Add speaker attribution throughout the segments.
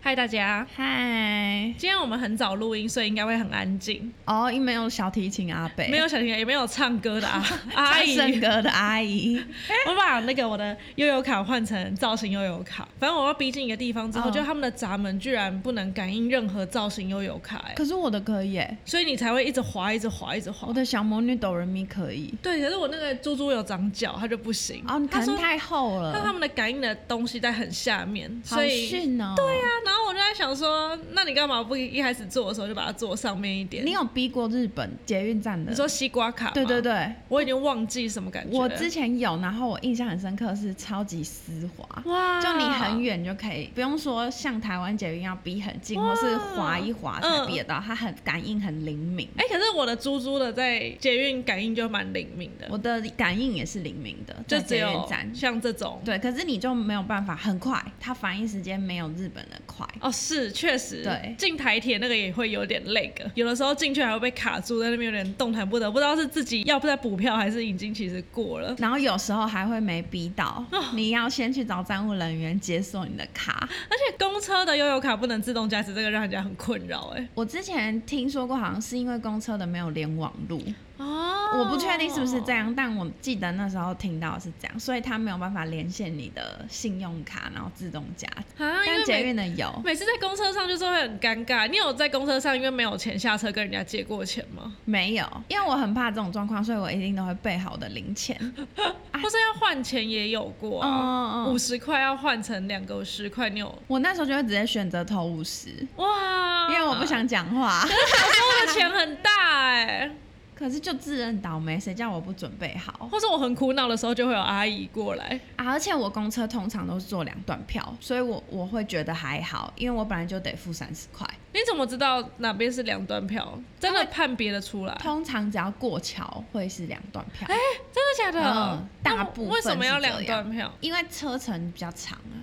Speaker 1: 嗨，大家！
Speaker 2: 嗨，
Speaker 1: 今天我们很早录音，所以应该会很安静，
Speaker 2: 哦，因为没有小提琴阿北，
Speaker 1: 没有小提琴，也没有唱歌的 啊阿姨。
Speaker 2: 圣歌的阿 姨，
Speaker 1: 我把那个我的悠悠卡换成造型悠悠卡，反正我要逼近一个地方之后，
Speaker 2: 嗯
Speaker 1: 就他们的闸门居然不能感应任何造型悠悠卡、欸，
Speaker 2: 可是我的可以耶，
Speaker 1: 所以你才会一直滑，一直滑，一直滑
Speaker 2: 我。的小魔女哆人咪可以，
Speaker 1: 对，可是我那个猪猪有长脚，它就不行。
Speaker 2: 哦，你可
Speaker 1: 他说
Speaker 2: 能太厚
Speaker 1: 但他
Speaker 2: 了，
Speaker 1: 们的感应的东西在很下面，
Speaker 2: 好
Speaker 1: 所以
Speaker 2: 逊哦，对呀，
Speaker 1: 啊，然后我就在想说，那你干嘛不一开始做的时候就把它做上面一点？
Speaker 2: 你有逼过日本捷运站的？
Speaker 1: 你说啊西瓜卡？
Speaker 2: 对对，对，
Speaker 1: 我已经忘记什么感觉了。
Speaker 2: 我之前有，然后我印象很深刻是超级丝滑。
Speaker 1: 哇，
Speaker 2: 就你很远就可以，不用说像台湾捷运要逼很近，
Speaker 1: 哇嗯
Speaker 2: 或是滑一滑才逼得到，它很感应很灵敏。
Speaker 1: 哎、可是我的猪猪的在捷运感应就蛮灵敏的，
Speaker 2: 我的感应也是灵敏的，
Speaker 1: 就
Speaker 2: 在
Speaker 1: 只
Speaker 2: 捷
Speaker 1: 有
Speaker 2: 运站。
Speaker 1: 像这种。
Speaker 2: 对，可是你就没有办法很快，它反应时间没有日本的快。
Speaker 1: 哦，是确实，
Speaker 2: 对
Speaker 1: 进台铁那个也会有点累个，有的时候进去还会被卡住，在那边有点动弹不得，不知道是自己要不再补票，还是已经其实过了。
Speaker 2: 然后有时候还会没逼到，
Speaker 1: 哦
Speaker 2: 你要先去找站务人员解锁你的卡。
Speaker 1: 而且公车的悠游卡不能自动驾驶，这个让人家很困扰哎、
Speaker 2: 我之前听说过，好像是因为公车的没有连网路，
Speaker 1: 哦
Speaker 2: 我不确定是不是这。样，但我记得那时候听到是这样，所以它没有办法连线你的信用卡，然后自动加。
Speaker 1: 啊，因
Speaker 2: 但
Speaker 1: 为
Speaker 2: 捷
Speaker 1: 每
Speaker 2: 运的有，
Speaker 1: 每次在公车上就是会很尴尬。你有在公车上因为没有钱下车跟人家借过钱吗？
Speaker 2: 没有，因为我很怕这种状况，所以我一定都会备好的零钱。
Speaker 1: 或是要换钱也有过啊，
Speaker 2: 嗯嗯嗯
Speaker 1: 五十块要换成两个十块，你有
Speaker 2: 我那时候就会直接选择投五十，
Speaker 1: 哇？
Speaker 2: 因为我不想讲 话。
Speaker 1: 哎我的钱很大哎、
Speaker 2: 可是就自认倒霉，谁叫我不准备好
Speaker 1: 或是我很苦恼的时候，就会有阿姨过来。
Speaker 2: 啊？而且我公车通常都是坐两段票，所以我我会觉得还好，因为我本来就得付三十块。
Speaker 1: 你怎么知道哪边是两段票？真的
Speaker 2: 他会
Speaker 1: 判别的出来？
Speaker 2: 通常只要过桥会是两段票，
Speaker 1: 哎真的假的？
Speaker 2: 嗯
Speaker 1: 那
Speaker 2: 大部分
Speaker 1: 为什么要两
Speaker 2: 是这样
Speaker 1: 段票？
Speaker 2: 因为车程比较长啊。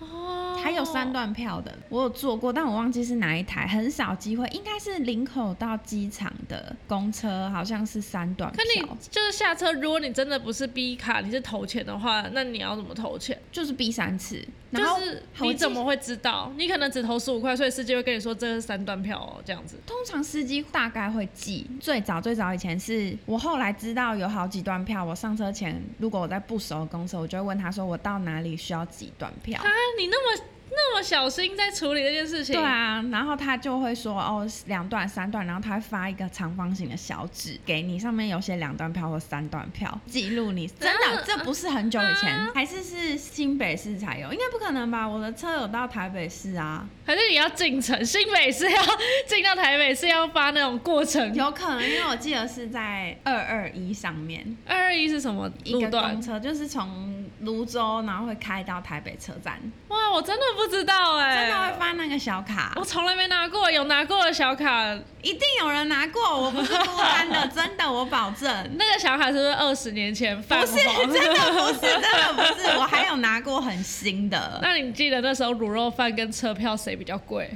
Speaker 1: 哦
Speaker 2: 还有三。段票的，我有坐过，但我忘记是哪一台，很少机会，应该是林口到机场的公车，好像是三段
Speaker 1: 可你
Speaker 2: 票，
Speaker 1: 就是下车，如果你真的不是 B 卡，你是投钱的话，那你要怎么投钱？
Speaker 2: 就是 B 三次，
Speaker 1: 就
Speaker 2: 然后
Speaker 1: 是
Speaker 2: 我
Speaker 1: 你
Speaker 2: 记
Speaker 1: 怎么会知道？你可能只投十五块，所以司机会跟你说这是三段票哦，这样子。
Speaker 2: 通常司机大概会记，最早最早以前是我后来知道有好几段票，我上车前如果我在不熟的公司，我就会问他说我到哪里需要几段票
Speaker 1: 啊。，你那么那么小心在处理这件事情，
Speaker 2: 对啊，然后他就会说哦两段三段，然后他会发一个长方形的小纸给你，上面有写两段票或三段票，记录你。真的，这不是很久以前，还是是新北市才有，应该不可能吧？我的车有到台北市啊，
Speaker 1: 还是你要进城？新北是要进到台北是要发那种过程？
Speaker 2: 有可能，因为我记得是在二二一上面。
Speaker 1: 二二一是什么
Speaker 2: 一
Speaker 1: 路
Speaker 2: 个
Speaker 1: 段
Speaker 2: 公？车，就是从泸州，然后会开到台北车站，
Speaker 1: 哇，我真的不知道哎、
Speaker 2: 真的会发那个小卡
Speaker 1: 我，从来没拿过，有拿过的小卡，
Speaker 2: 一定有人拿过，我不是孤单的，真的，我保证。
Speaker 1: 那个小卡是不是二十年前
Speaker 2: 不
Speaker 1: 泛
Speaker 2: 是真
Speaker 1: 黄？
Speaker 2: 的，不是真的，不是，我还有拿过很新的
Speaker 1: 那你记得那时候卤肉饭跟车票谁比较贵？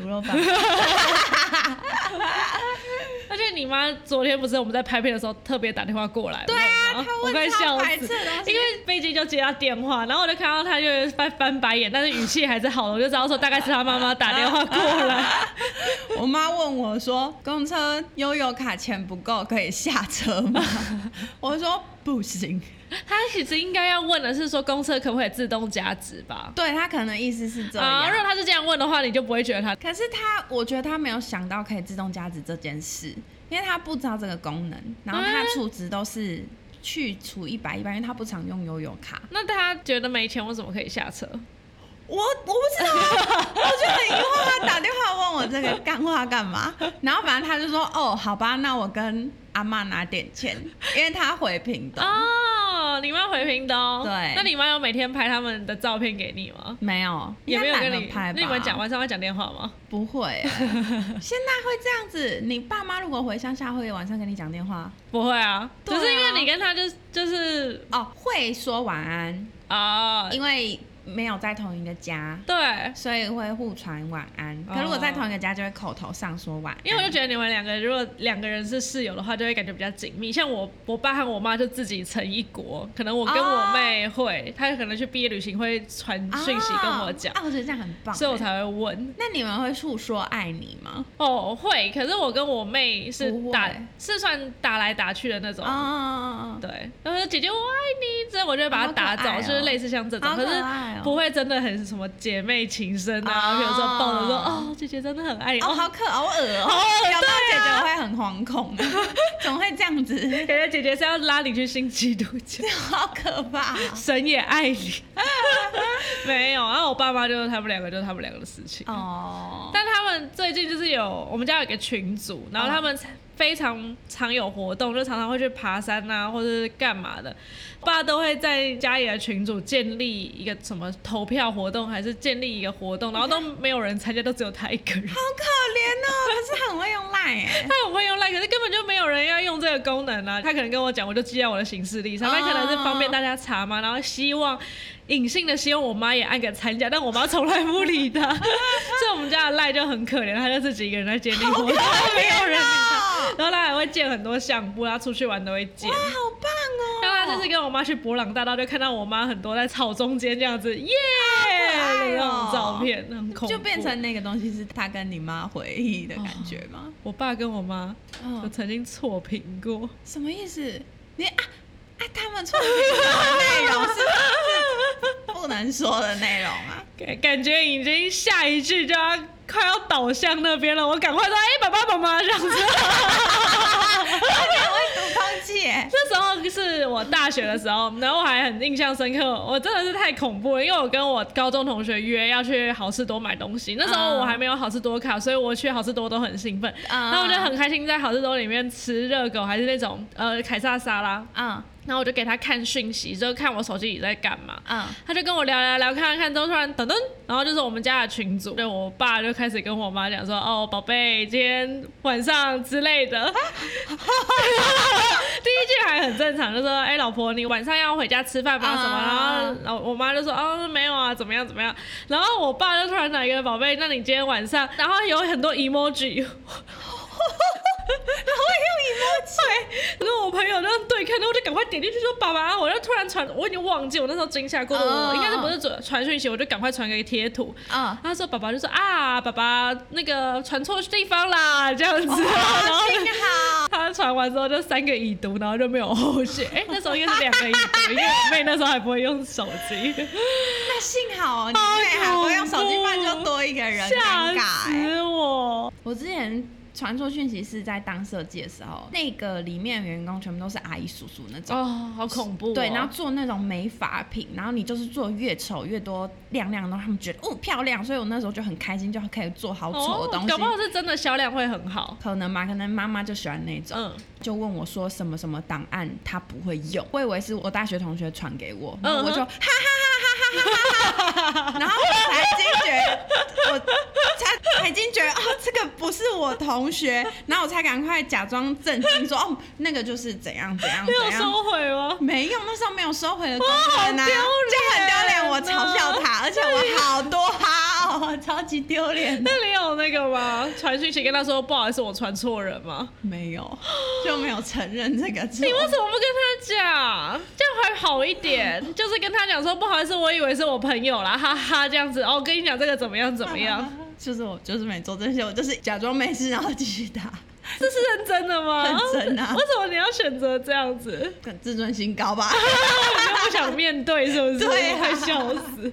Speaker 2: 卤 肉饭，
Speaker 1: 而且你妈昨天不是我们在拍片的时候特别打电话过来，对啊
Speaker 2: 她问
Speaker 1: 我快
Speaker 2: 超
Speaker 1: 笑
Speaker 2: 白
Speaker 1: 死
Speaker 2: 痴的东，西
Speaker 1: 因为飞机就接她电话，然后我就看到她就是翻翻白眼，但是语气还是好的，我就知道说大概是她妈妈打电话过来。
Speaker 2: 我妈问我说，公车悠游卡钱不够，可以下车 吗？我说不行，
Speaker 1: 她其实应该要问的是说公车可不可以自动加值吧？
Speaker 2: 对她可能意思是这
Speaker 1: 啊，
Speaker 2: 样
Speaker 1: 如。果她是这样问的话，你就不会觉得她
Speaker 2: 可是他，我觉得他没有想到可以自动加值这件事，因为他不知道这个功能，然后他储值都是去除一百一百，因为他不常用悠游卡。
Speaker 1: 那她觉得没钱，为什么可以下车？
Speaker 2: 我我不知道啊，我就很疑惑，他打电话问我这个干话干嘛？然后反正他就说，哦，好吧，那我跟阿妈拿点钱，因为他回屏东。
Speaker 1: 哦，你妈回屏东，
Speaker 2: 对
Speaker 1: 那你妈有每天拍他们的照片给你吗？
Speaker 2: 没有，
Speaker 1: 也没有
Speaker 2: 应该
Speaker 1: 跟
Speaker 2: 懒
Speaker 1: 你
Speaker 2: 得拍吧？
Speaker 1: 那你们讲晚上会讲电话吗？
Speaker 2: 不会 欸、现在会这样子。你爸妈如果回乡下，会晚上跟你讲电话
Speaker 1: 不会啊，只
Speaker 2: 对啊
Speaker 1: 是因为你跟他就是就是
Speaker 2: 哦，会说晚安，
Speaker 1: 啊，
Speaker 2: 因为没有在同一个家，
Speaker 1: 对，
Speaker 2: 所以会互传晚安。可如果在同一个家，就会口头上说晚安。
Speaker 1: 哦因为我就觉得你们两个如果两个人是室友的话，就会感觉比较紧密。像我，我爸和我妈就自己成一国，可能我跟我妹会，她可能去毕业旅行会传讯息跟我讲
Speaker 2: 啊，，我觉得这样很棒。
Speaker 1: 所以我才会问。
Speaker 2: 那你们会诉说爱你吗？
Speaker 1: 哦，会，可是我跟我妹是
Speaker 2: 不会
Speaker 1: 打是算打来打去的那种。
Speaker 2: 哦，
Speaker 1: 对，然后说姐姐我爱你，这样我就会把她打走，
Speaker 2: 好可爱哦
Speaker 1: 就是类似像这种，
Speaker 2: 好
Speaker 1: 可
Speaker 2: 可
Speaker 1: 是
Speaker 2: 爱哦
Speaker 1: 不会真的很什么姐妹情深啊，比如说抱着说
Speaker 2: 哦
Speaker 1: 哦，姐姐真的很爱你，
Speaker 2: 哦，好可好恶哦，
Speaker 1: 好恶啊
Speaker 2: 想到姐姐我会很惶恐， 怎么会这样子？
Speaker 1: 感觉姐姐是要拉你去新基 督教，
Speaker 2: 好可怕哦！
Speaker 1: 神也爱你。 没有，然后我爸妈就是他们两个，就是他们两个的事情。
Speaker 2: 哦，
Speaker 1: 但他们最近就是有我们家有一个群组，然后他们非常常有活动，就常常会去爬山啊，或者是干嘛的。我爸都会在家里的群组建立一个什么投票活动，还是建立一个活动，然后都没有人参加，都只有他一个人。
Speaker 2: 好可怜哦，可是很会用赖 哎。
Speaker 1: 他很会用 Line，可是根本就没有人要用这个功能啊。他可能跟我讲，我就记在我的行事历上，
Speaker 2: 哦
Speaker 1: 他可能是方便大家查嘛，然后希望隐性的希望我妈也按个参加，但我妈从来不理 他，所以我们家的 Line 就很可怜，他就自己一个人在建立活动，
Speaker 2: 啊
Speaker 1: 没有人理他，然后他还会建很多相簿，他出去玩都会建。
Speaker 2: 哇，好棒哦！
Speaker 1: 然后他啊就是跟我妈去博朗大道，就看到我妈很多在草中间这样子，耶、
Speaker 2: 好可爱哦
Speaker 1: 那种照片，很恐怖。
Speaker 2: 就变成那个东西是他跟你妈回忆的感觉吗？
Speaker 1: 我爸跟我妈
Speaker 2: 嗯、
Speaker 1: 就曾经错评过。
Speaker 2: 什么意思？你啊啊，他们创作的内容是是不能说的内 容啊。
Speaker 1: 感感觉已经下一句就要快要倒向那边了，我赶快说：“哎、爸爸妈妈这样子。
Speaker 2: 我会读空气 耶”，
Speaker 1: 那时候是我大学的时候，然后我还很印象深刻，我真的是太恐怖了，因为我跟我高中同学约要去好事多买东西，那时候我还没有好事多卡，所以我去好事多都很兴奋，
Speaker 2: 啊
Speaker 1: 然后我就很开心在好事多里面吃热狗，还是那种呃凯撒沙拉，
Speaker 2: 嗯
Speaker 1: 然后我就给他看讯息，就看我手机里在干嘛，
Speaker 2: 嗯，
Speaker 1: 他就跟我聊聊聊，看看看，之后突然噔噔，然后就是我们家的群组，对我爸就开始跟我妈讲说，哦，宝贝，今天晚上之类的。 第一句还很正常，就说，哎、老婆，你晚上要回家吃饭吗？什么？然
Speaker 2: 啊
Speaker 1: 后然后我妈就说，哦，没有啊，怎么样怎么样。然后我爸就突然来一个宝贝，那你今天晚上，然后有很多 emoji。
Speaker 2: 然后用 emoji，
Speaker 1: 然后我朋友那样对看，然后我就赶快点进去说爸爸，我就突然传，我已经忘记我那时候惊吓过度，
Speaker 2: 嗯
Speaker 1: 我应该是不是转传讯息，我就赶快传个贴图。
Speaker 2: 嗯，
Speaker 1: 他说爸爸就说啊，爸爸那个传错地方啦，这样
Speaker 2: 哦
Speaker 1: 子。然后
Speaker 2: 幸好
Speaker 1: 他传完之后就三个已读，然后就没有后续。哎、那时候应该是两个已读，因为我妹那时候还不会用手 机，
Speaker 2: 那幸好哦，你妹还不会用手机，不然就多一个人
Speaker 1: 吓
Speaker 2: 尴尬耶。
Speaker 1: 死我。
Speaker 2: 我之前传错讯息是在当设计的时候，那个里面员工全部都是阿姨叔叔那种。
Speaker 1: 哦，好恐怖、哦。
Speaker 2: 对，然后做那种美发品，然后你就是做越丑越多亮亮的，然后他们觉得哦漂亮，所以我那时候就很开心，就可以做好丑的东西。
Speaker 1: 哦搞不好是真的销量会很好。
Speaker 2: 可能嘛，可能妈妈就喜欢那种，
Speaker 1: 嗯，
Speaker 2: 就问我说什么什么档案她不会用，我以为是我大学同学传给我，然后我就
Speaker 1: 嗯
Speaker 2: 哈哈哈哈哈哈哈哈哈，然后我才惊觉，我才才惊觉哦，这个不是我同学，然后我才赶快假装震惊说哦，那个就是怎样怎样
Speaker 1: 没有
Speaker 2: 怎样。
Speaker 1: 收回吗？
Speaker 2: 没用，那时候没有收回的功
Speaker 1: 哇好
Speaker 2: 能啊，
Speaker 1: 丢
Speaker 2: 就很丢
Speaker 1: 脸
Speaker 2: 脸。我
Speaker 1: 啊
Speaker 2: 嘲笑他，而且我好多哈哦，超级丢脸 的。
Speaker 1: 那你有那个吗？传讯息跟他说不好意思，我传错人吗？
Speaker 2: 没有，就没有承认这个 错。
Speaker 1: 你为什么不跟他讲？这样还好一点， 就是跟他讲说不好意思，我以为是我朋友啦，哈哈，这样子。哦，跟你讲这个怎么样怎么 样？？
Speaker 2: 就是我就是没做这些，我就是假装没事，然后继续打，
Speaker 1: 这是认真的吗？
Speaker 2: 认真啊
Speaker 1: 为什么你要选择这样子？
Speaker 2: 很自尊心高吧，
Speaker 1: 你就不想面对是不是？
Speaker 2: 对
Speaker 1: 我
Speaker 2: 啊
Speaker 1: 快笑死！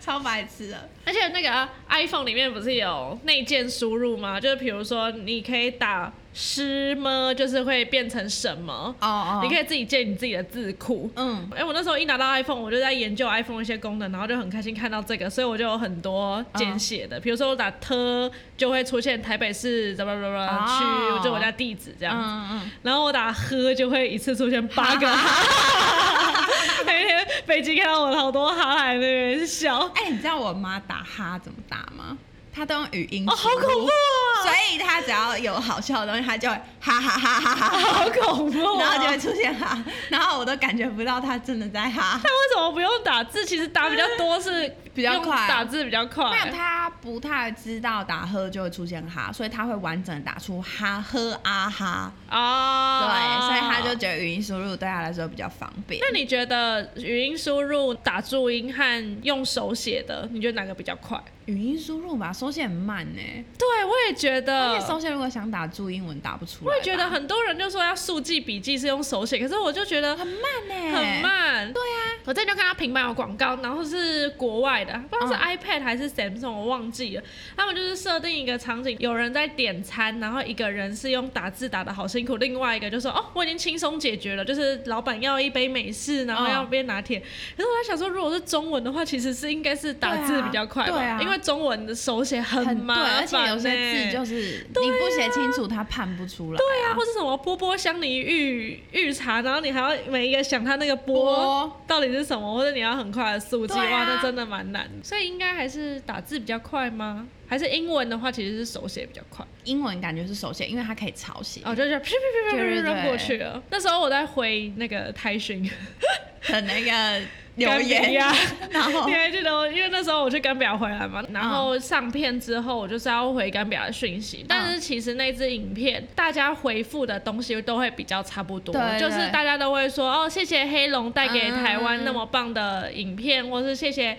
Speaker 2: 超白痴的。
Speaker 1: 而且那个啊 iPhone 里面不是有内建输入吗？就是比如说你可以打诗么，就是会变成什么。
Speaker 2: 哦哦
Speaker 1: 你可
Speaker 2: 以，
Speaker 1: 以自己建你自己的字库。
Speaker 2: 嗯，
Speaker 1: 哎、我那时候一拿到 iPhone，我就在研究 iPhone 一些功能，然后就很开心看到这个，所以我就有很
Speaker 2: 嗯
Speaker 1: 多简写的，比如说我打 t 就会出现台北市什么什么什么区，
Speaker 2: 哦
Speaker 1: 就我家地址这样子。
Speaker 2: 嗯嗯，
Speaker 1: 然后我打呵就会一次出现八 个哈，每天飞机看到我好多哈还在那边笑，哦，
Speaker 2: 哎，你知道我妈打哈怎么打吗？她都用语音输
Speaker 1: 哦好恐
Speaker 2: 入
Speaker 1: 怖啊！
Speaker 2: 所以他只要有好笑的东西，他就会哈哈哈哈哈哈，
Speaker 1: 好恐怖、啊
Speaker 2: 然后就会。出现哈，然后我都感觉不到他真的在 哈。
Speaker 1: 但为什么不用打字？其实打比较多是
Speaker 2: 比较
Speaker 1: 用
Speaker 2: 快
Speaker 1: 打字比较快。
Speaker 2: 那他不太知道打呵就会出现哈，所以他会完整的打出哈呵啊哈，对，
Speaker 1: 啊，
Speaker 2: 所以他就觉得语音输入对他来说比较方便。
Speaker 1: 那你觉得语音输入打注音和用手写的，你觉得哪个比较快？
Speaker 2: 语音输入吧，手写很慢呢、
Speaker 1: 对，我也觉得
Speaker 2: 而且。手写如果想打注英文打不出来吧，
Speaker 1: 我也觉得很多人就说要速记笔记是用手写，可是我就觉得
Speaker 2: 很慢呢、
Speaker 1: 很。慢。对啊，我之前就看到平板有广告，然后是国外的，不知道是
Speaker 2: 嗯
Speaker 1: iPad 还是 Samsung，我忘记了。他们就是设定一个场景，有人在点餐，然后一个人是用打字打的好辛苦，另外一个就说哦，我已经轻松解决了，就是老板要一杯美式，然后
Speaker 2: 嗯
Speaker 1: 要杯拿铁。可是我在想说，如果是中文的话，其实是应该是打字比较快吧，
Speaker 2: 对啊对啊
Speaker 1: 因为中文的手写很
Speaker 2: 很对，
Speaker 1: 麻烦、欸，
Speaker 2: 而且有些字就是你不写清楚，他判不出来、
Speaker 1: 对啊，或是什么波波香梨芋芋茶，然后你还要每一个想它那个波
Speaker 2: 波
Speaker 1: 到底是什么，或者你要很快的速记，
Speaker 2: 对啊
Speaker 1: 哇，那真的蛮难的。所以应该还是打字比较快吗？还是英文的话其实是手写比较快？
Speaker 2: 英文感觉是手写，因为它可以抄写，
Speaker 1: 哦，就是噼噼噼
Speaker 2: 对
Speaker 1: 噼噼
Speaker 2: 对对
Speaker 1: 过去了。那时候我在回那个台讯，
Speaker 2: 很那个留
Speaker 1: 干啊
Speaker 2: 言
Speaker 1: 比亚
Speaker 2: 然后
Speaker 1: 你还记得我？哦因为那时候我去甘比亚回来嘛，然后
Speaker 2: 嗯
Speaker 1: 上片之后，我就是要回甘比亚的讯息。但是其实那支影片，大家回复的东西都会比较差不多，
Speaker 2: 对
Speaker 1: 就是
Speaker 2: 对
Speaker 1: 大家都会说哦，谢谢黑龙带给台湾
Speaker 2: 嗯
Speaker 1: 那么棒的影片，或是谢谢。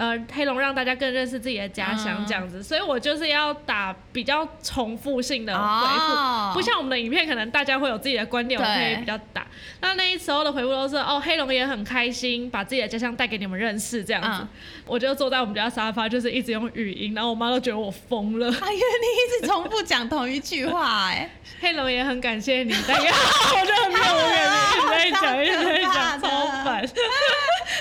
Speaker 1: 呃，黑龙让大家更认识自己的家乡
Speaker 2: 嗯
Speaker 1: 这样子，所以我就是要打比较重复性的回复，
Speaker 2: 哦
Speaker 1: 不像我们的影片，可能大家会有自己的观点，我们
Speaker 2: 对
Speaker 1: 可以比较打。那那一时候的回复都是哦，黑龙也很开心，把自己的家乡带给你们认识这样子。
Speaker 2: 嗯
Speaker 1: 我就坐在我们家沙发，就是一直用语音，然后我妈都觉得我疯了。
Speaker 2: 哎呀，你一直重复讲同一句话、 哎，
Speaker 1: 黑龙也很感谢你带给 我的没有我感觉一直在讲，一直在讲，
Speaker 2: 超可
Speaker 1: 超
Speaker 2: 怕的
Speaker 1: 烦。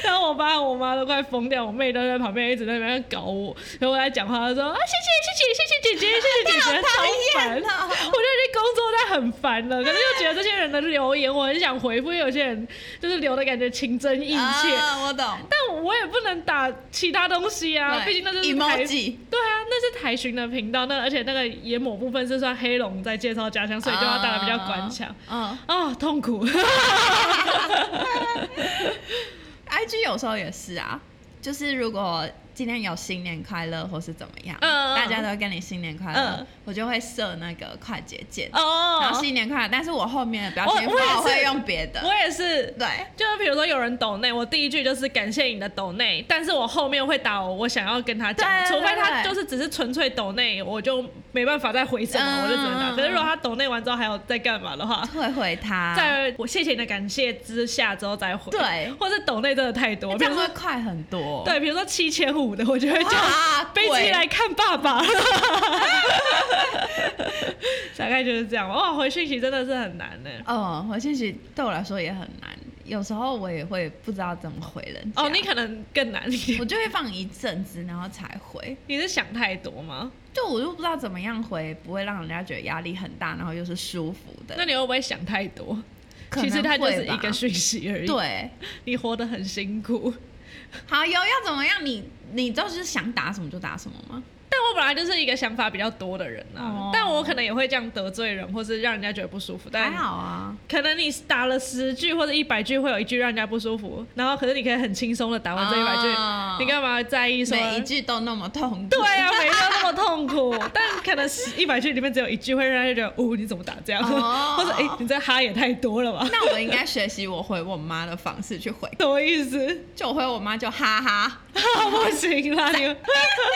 Speaker 1: 然后我爸我妈都快疯掉，我妹都在旁边一直在那边搞我，然后我在讲话，她说啊谢谢谢谢谢谢姐姐谢谢姐姐，超
Speaker 2: 讨
Speaker 1: 烦
Speaker 2: 厌。 哦。
Speaker 1: 我就已经工作在很烦了，可是又觉得这些人的留言我很想回复，因为有些人就是留的感觉情真意切，
Speaker 2: 啊，我懂。
Speaker 1: 但我也不能打其他东西啊，
Speaker 2: 对
Speaker 1: 毕竟那就是台。
Speaker 2: emoji，
Speaker 1: 对啊，那是台巡的频道，那而且那个也某部分是算黑龙在介绍家乡，所以就要打的比较官腔。
Speaker 2: 嗯
Speaker 1: 啊、痛苦！
Speaker 2: ，IG 有时候也是啊，就是如果今天有新年快乐或是怎么样，
Speaker 1: 嗯嗯
Speaker 2: 大家都会跟你新年快乐，
Speaker 1: 嗯
Speaker 2: 我就会设那个快捷键，然后
Speaker 1: 哦，
Speaker 2: 新年快乐，但是我后面的表情
Speaker 1: 我
Speaker 2: 包
Speaker 1: 我也是
Speaker 2: 会用别的，
Speaker 1: 我也是，
Speaker 2: 对，
Speaker 1: 就是比如说有人抖内，我第一句就是感谢你的抖内，但是我后面会打我想要跟他讲，
Speaker 2: 对
Speaker 1: 除
Speaker 2: 对
Speaker 1: 非他
Speaker 2: 对
Speaker 1: 就是只是纯粹抖内，我就没办法再回什么，
Speaker 2: 嗯
Speaker 1: 我就只能打。
Speaker 2: 嗯
Speaker 1: 可是如果他抖内完之后还有在干嘛的话，
Speaker 2: 会回他，
Speaker 1: 在我谢谢你的感谢之下之后再回，
Speaker 2: 啊对
Speaker 1: 或者抖内真的太多，
Speaker 2: 这
Speaker 1: 比
Speaker 2: 样
Speaker 1: 如说
Speaker 2: 会快很多，
Speaker 1: 对，比如说七千五的，我就会叫
Speaker 2: 啊，
Speaker 1: 飞
Speaker 2: 贵
Speaker 1: 机来看爸爸， 大概就是这样。哇，回讯息真的是很难呢。
Speaker 2: 嗯，回信息对我来说也很难，有时候我也会不知道怎么回人家。
Speaker 1: 哦，你可能更难一点
Speaker 2: 我，就会放一阵子，然后才回。
Speaker 1: 你是想太多吗？
Speaker 2: 就我就不知道怎么样回，不会让人家觉得压力很大，然后又是舒服
Speaker 1: 那
Speaker 2: 的。
Speaker 1: 你会不会想太多？
Speaker 2: 可
Speaker 1: 其
Speaker 2: 能
Speaker 1: 实它就是
Speaker 2: 会吧
Speaker 1: 一个讯息而已。，
Speaker 2: 对，
Speaker 1: 你活得很辛苦。
Speaker 2: 好有要怎么样？你你就是想打什么就打什么吗？
Speaker 1: 但我本来就是一个想法比较多的人啊，
Speaker 2: 哦
Speaker 1: 但我可能也会这样得罪人，或是让人家觉得不舒服。但
Speaker 2: 还好啊，
Speaker 1: 可能你打了十句或者一百句，会有一句让人家不舒服，然后可是你可以很轻松的打完这一百句，
Speaker 2: 哦
Speaker 1: 你干嘛在意说？
Speaker 2: 每一句都那么痛苦。
Speaker 1: 对啊，每一句都那么痛苦， 但可能一百句里面只有一句会让人家觉得，哦，你怎么打这样？
Speaker 2: 哦
Speaker 1: 或者，哎、你这哈也太多了吧？
Speaker 2: 那我应该学习我回我妈的方式去回，
Speaker 1: 什么意思？
Speaker 2: 就我回我妈就哈哈，
Speaker 1: 不行 啦， 你有时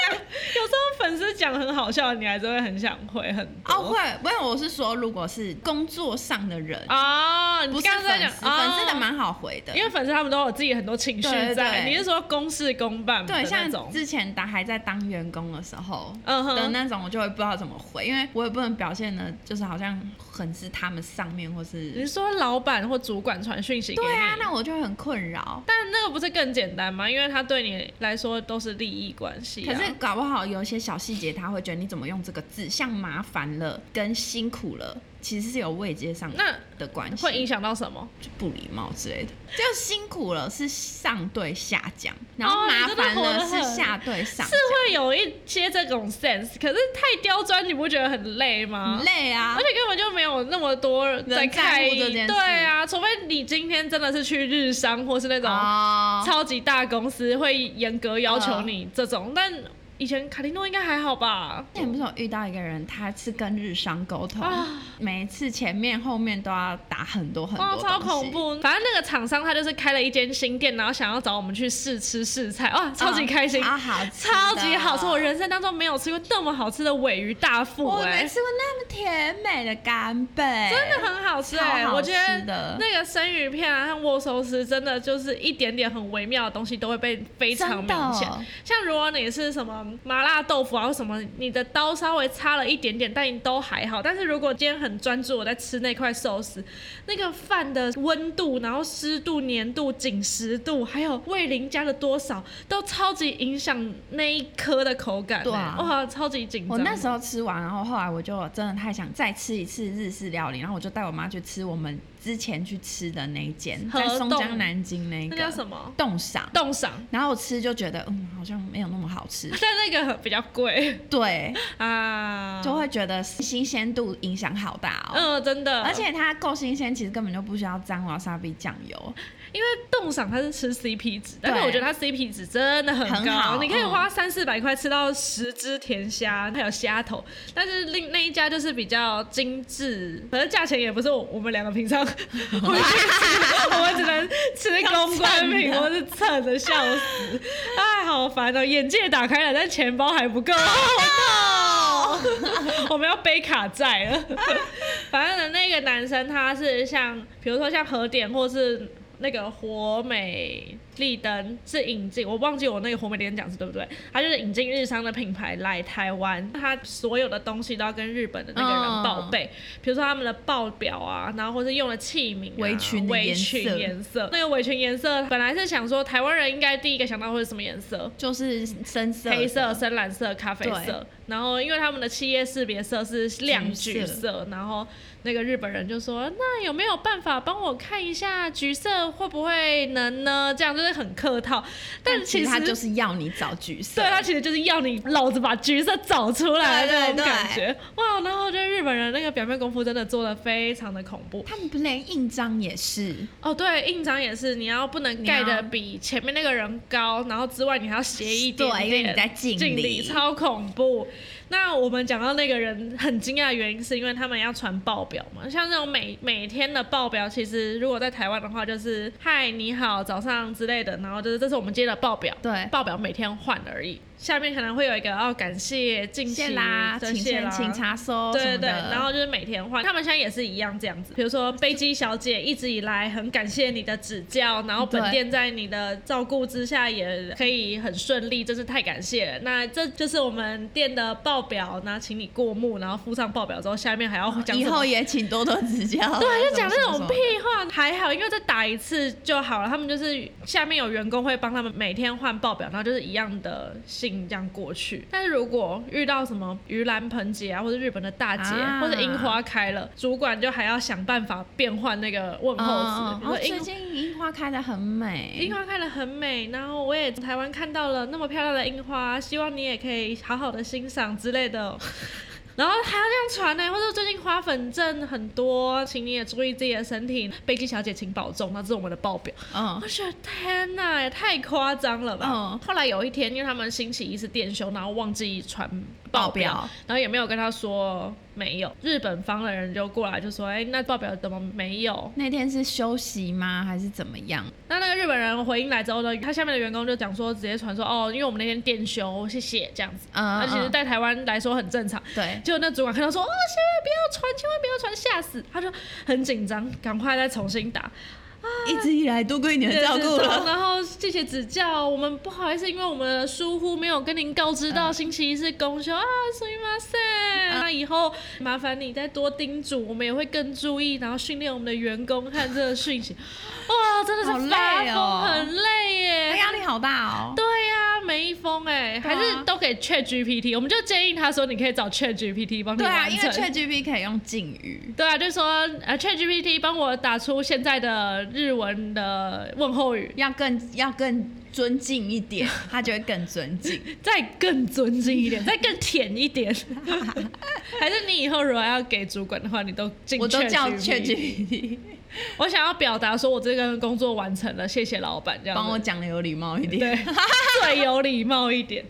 Speaker 1: 候粉丝讲很好笑，你还是会很想回很多。
Speaker 2: 哦，会，因为我是说，如果是工作上的人，
Speaker 1: 啊，
Speaker 2: 不
Speaker 1: 你
Speaker 2: 是
Speaker 1: 刚刚在
Speaker 2: 粉
Speaker 1: 讲
Speaker 2: 丝，粉丝的？
Speaker 1: 哦
Speaker 2: 蛮好回的，
Speaker 1: 因为粉丝他们都有自己很多情绪
Speaker 2: 对对
Speaker 1: 在，
Speaker 2: 对
Speaker 1: 你是说公事公办的
Speaker 2: 对，
Speaker 1: 那
Speaker 2: 像
Speaker 1: 种？
Speaker 2: 之前打还在当员工的时候
Speaker 1: 嗯哼
Speaker 2: 的那种，我就会不知道怎么回，因为我也不能表现的，就是好像很是他们上面或
Speaker 1: 你
Speaker 2: 是
Speaker 1: 是说老板或主管传讯息给你？
Speaker 2: 嗯对啊，那我就会很困扰。
Speaker 1: 但那个不是更简单吗？因为他对你来说都是利益关系啊、
Speaker 2: 可是搞不好有一些小细节解他，会觉得你怎么用这个字，像麻烦了跟辛苦了，其实是有位阶上
Speaker 1: 那
Speaker 2: 的关系，
Speaker 1: 会影响到什么？
Speaker 2: 就不礼貌之类的。就辛苦了是上对下讲，然
Speaker 1: 哦
Speaker 2: 后
Speaker 1: 你
Speaker 2: 麻
Speaker 1: 真的
Speaker 2: 烦
Speaker 1: 活得
Speaker 2: 了是
Speaker 1: 很
Speaker 2: 下对上
Speaker 1: 是会有一些这种 sense，可是太刁钻，你不觉得很累吗？
Speaker 2: 很累啊
Speaker 1: 而。且根本就没有那么多人在看
Speaker 2: 在乎这件事
Speaker 1: 对啊，除非你今天真的是去日商或是那种
Speaker 2: 哦，
Speaker 1: 超级大公司，会严格要求你这种。但以前卡蒂诺应该还好吧？
Speaker 2: 之前不是嗯有遇到一个人，他是跟日商沟通，
Speaker 1: 啊
Speaker 2: 每一次前面后面都要打很多很多
Speaker 1: 哇，
Speaker 2: 东西，
Speaker 1: 超恐怖！反正那个厂商他就是开了一间新店，然后想要找我们去试吃试菜，哇，超级开心，
Speaker 2: 啊，好吃的，
Speaker 1: 超级好吃！我人生当中没有吃过那么好吃的尾鱼大腹、
Speaker 2: 我
Speaker 1: 哎
Speaker 2: 没吃过那么甜美的干贝，
Speaker 1: 真的很好吃
Speaker 2: 超
Speaker 1: 哎、
Speaker 2: 好
Speaker 1: 我觉
Speaker 2: 吃
Speaker 1: 得
Speaker 2: 的
Speaker 1: 那个生鱼片啊和握寿司，真的就是一点点很微妙的东西都会被非常
Speaker 2: 真的哦
Speaker 1: 明显。像如果你是什么麻辣豆腐啊或什么，你的刀稍微擦了一点点，但你都还好。但是如果今天很专注我在吃那块寿司，那个饭的温度、然后湿度、粘度、紧实度，还有味淋加了多少，都超级影响那一颗的口感、欸。
Speaker 2: 对啊
Speaker 1: 哇，超级紧张。
Speaker 2: 我那时候吃完，然后后来我就真的太想再吃一次日式料理，然后我就带我妈去吃我们之前去吃的那一间，
Speaker 1: 河
Speaker 2: 在松江
Speaker 1: 洞
Speaker 2: 南京那一 个
Speaker 1: 那叫什么？
Speaker 2: 冻赏，
Speaker 1: 冻赏，
Speaker 2: 然后我吃就觉得嗯好像没有那么好吃，
Speaker 1: 但那个很比较贵。
Speaker 2: 对，
Speaker 1: 啊，
Speaker 2: 就会觉得新鲜度影响好大哦。
Speaker 1: 嗯，真 的，
Speaker 2: 而且它够新鲜，其实根本就不需要沾瓦萨比酱油。
Speaker 1: 因为冻赏它是吃 CP 值，但是
Speaker 2: 对
Speaker 1: 我觉得它 CP 值真的很
Speaker 2: 很
Speaker 1: 高，
Speaker 2: 好
Speaker 1: 你可以
Speaker 2: 嗯
Speaker 1: 花三四百块吃到十只甜虾，还有虾头，但是另那一家就是比较精致，可是价钱也不是我我们两个平常 会去吃，我们只能吃公关品
Speaker 2: 要蹭的
Speaker 1: 或是蹭的笑死，哎，好烦哦，眼界打开了，但钱包还 不够。哦 我们要背卡债 了。反正那个男生他是像，比如说像和点或是那个活美丽灯是引进，我忘记我那个活美丽灯讲是对不对？他就是引进日商的品牌来台湾，他所有的东西都要跟日本的那个人
Speaker 2: 嗯
Speaker 1: 报备，比如说他们的报表啊，然后或是用的器皿、啊、
Speaker 2: 围裙的
Speaker 1: 围
Speaker 2: 颜
Speaker 1: 裙
Speaker 2: 色
Speaker 1: 颜色，那个围裙颜色本来是想说台湾人应该第一个想到会是什么颜色，
Speaker 2: 就是深色的
Speaker 1: 黑色、深蓝色、咖啡色
Speaker 2: 对。
Speaker 1: 然后因为他们的企业识别色是亮橘
Speaker 2: 橘
Speaker 1: 色，然后那个日本人就说：“那有没有办法帮我看一下橘色会不会能呢？”这样就是很客套，但其
Speaker 2: 其
Speaker 1: 实
Speaker 2: 实它就是要你找橘色。
Speaker 1: 对他其实就是要你老子把橘色找出来的
Speaker 2: 对
Speaker 1: 那
Speaker 2: 对
Speaker 1: 种感觉。哇，然后就日本人那个表面功夫真的做的非常的恐怖。
Speaker 2: 他们连印章也是，
Speaker 1: 哦，对，印章也是，你要不能盖
Speaker 2: 你
Speaker 1: 的
Speaker 2: 要
Speaker 1: 比前面那个人高，然后之外你还要斜一点
Speaker 2: 对因为你在敬
Speaker 1: 礼，
Speaker 2: 礼
Speaker 1: 超恐怖。那我们讲到那个人很惊讶的原因，是因为他们要传报表嘛，像这种每每天的报表，其实如果在台湾的话，就是嗨你好早上之类的，然后就是这是我们接的报表，
Speaker 2: 对
Speaker 1: 报表每天换而已。下面可能会有一个哦，感谢敬
Speaker 2: 谢
Speaker 1: 喜
Speaker 2: 啦，
Speaker 1: 对
Speaker 2: 请
Speaker 1: 谢啦，
Speaker 2: 先请查收
Speaker 1: 对
Speaker 2: 什
Speaker 1: 对
Speaker 2: 么
Speaker 1: 对，
Speaker 2: 的。
Speaker 1: 然后就是每天换，他们现在也是一样这样子。比如说贝基小姐一直以来很感谢你的指教，然后本
Speaker 2: 对
Speaker 1: 店在你的照顾之下也可以很顺利，真是太感谢了。那这就是我们店的报表，那请你过目，然后附上报表之后，下面还要讲
Speaker 2: 以
Speaker 1: 什么
Speaker 2: 后也请多多指教。
Speaker 1: 对，就
Speaker 2: 什么
Speaker 1: 讲那
Speaker 2: 什么
Speaker 1: 种屁
Speaker 2: 什么
Speaker 1: 话，还好，因为再打一次就好了。他们就是下面有员工会帮他们每天换报表，然后就是一样的信这样过去。但是如果遇到什么盂兰盆节啊，或者日本的大节，
Speaker 2: 啊
Speaker 1: 或者樱花开了，主管就还要想办法变换那个问
Speaker 2: 嗯
Speaker 1: 候
Speaker 2: 嗯
Speaker 1: 词，
Speaker 2: 嗯
Speaker 1: 比如说
Speaker 2: 哦，最
Speaker 1: 樱。
Speaker 2: 近樱花开的很
Speaker 1: 樱
Speaker 2: 美，
Speaker 1: 花开得很美，然后我也从台湾看到了那么漂亮的樱花，希望你也可以好好的欣赏之类的。然后还要这样传呢、或者最近花粉症很多，请你也注意自己的身体。贝基小姐，请保重。那这是我们的报表。
Speaker 2: 嗯
Speaker 1: 我，觉得天哪，也太夸张了吧！
Speaker 2: 嗯
Speaker 1: 后来有一天，因为他们星期一是店休，然后忘记传报表，
Speaker 2: 报表
Speaker 1: 然后也没有跟他说没有。日本方的人就过来就说：“哎，那报表怎么没有？”
Speaker 2: 那天是休息吗？还是怎么样？
Speaker 1: 那那个日本人回应来之后呢，他下面的员工就讲说，直接传说哦，因为我们那天店休，谢谢这样子。
Speaker 2: 嗯，
Speaker 1: 那其实，
Speaker 2: 嗯
Speaker 1: 在台湾来说很正常。
Speaker 2: 对，
Speaker 1: 结果那主管看到说，哦，千万不要传，千万不要传，吓死！他就很紧张，赶快再重新打。
Speaker 2: 一直以来多亏你的照顾了。
Speaker 1: 然后谢谢指教，我们不好意思，因为我们的疏忽没有跟您告知
Speaker 2: 嗯
Speaker 1: 到星期一是公休啊，所以嘛塞。那以后麻烦你再多叮嘱，我们也会更注意，然后训练我们的员工看这个 讯息。哇，真的
Speaker 2: 好
Speaker 1: 是
Speaker 2: 累
Speaker 1: 发疯，
Speaker 2: 哦
Speaker 1: 很累耶
Speaker 2: 他。压力好大哦。
Speaker 1: 对呀、每一封哎、
Speaker 2: 对
Speaker 1: 还
Speaker 2: 啊
Speaker 1: 是都给 Chat GPT，我们就建议他说你可以找 Chat GPT 帮你
Speaker 2: 对啊，
Speaker 1: 完
Speaker 2: 因为
Speaker 1: 成。
Speaker 2: ChatGPT 可以用敬语。
Speaker 1: 对啊，就说呃，ChatGPT 帮我打出现在的日文的问候语，
Speaker 2: 要更要更尊敬一点，他就会更尊 敬。
Speaker 1: 再更尊敬一点，再更舔一点。 还是你以后如果要给主管的话，你都进
Speaker 2: 我都叫
Speaker 1: ChatGPT。
Speaker 2: ChatGPT
Speaker 1: 我想要表达说我这个工作完成了，谢谢老板，这样子
Speaker 2: 帮 我讲的有礼貌一点。
Speaker 1: 对最有礼貌一 点。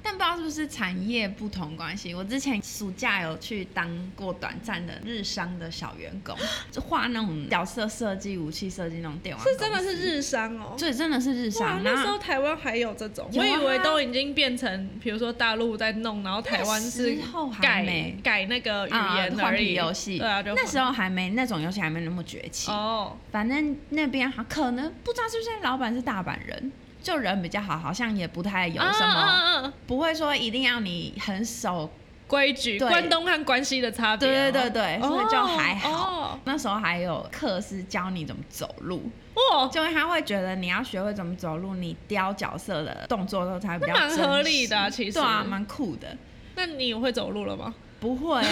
Speaker 2: 但不知道是不是产业不同关系，我之前暑假有去当过短暂的日商的小员工， 就画那种角色设计、武器设计那种电玩公
Speaker 1: 这
Speaker 2: 司。
Speaker 1: 真的是日商哦。
Speaker 2: 对，真的是日
Speaker 1: 哇
Speaker 2: 商。，
Speaker 1: 那
Speaker 2: 然
Speaker 1: 时候
Speaker 2: 后
Speaker 1: 台湾还有这种，
Speaker 2: 有
Speaker 1: 我
Speaker 2: 啊
Speaker 1: 以为都已经变成，比如说大陆在弄，然后台湾是
Speaker 2: 那时候还
Speaker 1: 改
Speaker 2: 没
Speaker 1: 改那个语
Speaker 2: 啊
Speaker 1: 言
Speaker 2: 换
Speaker 1: 而
Speaker 2: 皮
Speaker 1: 已。
Speaker 2: 游戏，
Speaker 1: 对啊，就
Speaker 2: 那时候还没那种游戏还没那么崛起。
Speaker 1: 哦，
Speaker 2: 反正那边好可能不知道是不是老板是大阪人，就人比较好，好像也不太有什么，
Speaker 1: 啊啊啊
Speaker 2: 不会说一定要你很熟。
Speaker 1: 规矩、
Speaker 2: 对
Speaker 1: 关东和关西的差别
Speaker 2: 对
Speaker 1: 哦。
Speaker 2: 对对对，
Speaker 1: 哦
Speaker 2: 所以就还好。
Speaker 1: 哦
Speaker 2: 那时候还有课是教你怎么走路，
Speaker 1: 哇，
Speaker 2: 就因为他会觉得你要学会怎么走路，你雕角色的动作都才会比较
Speaker 1: 那蛮
Speaker 2: 真实
Speaker 1: 合理的啊其实
Speaker 2: 对啊，蛮酷的。
Speaker 1: 那你会走路了吗？
Speaker 2: 不会、啊，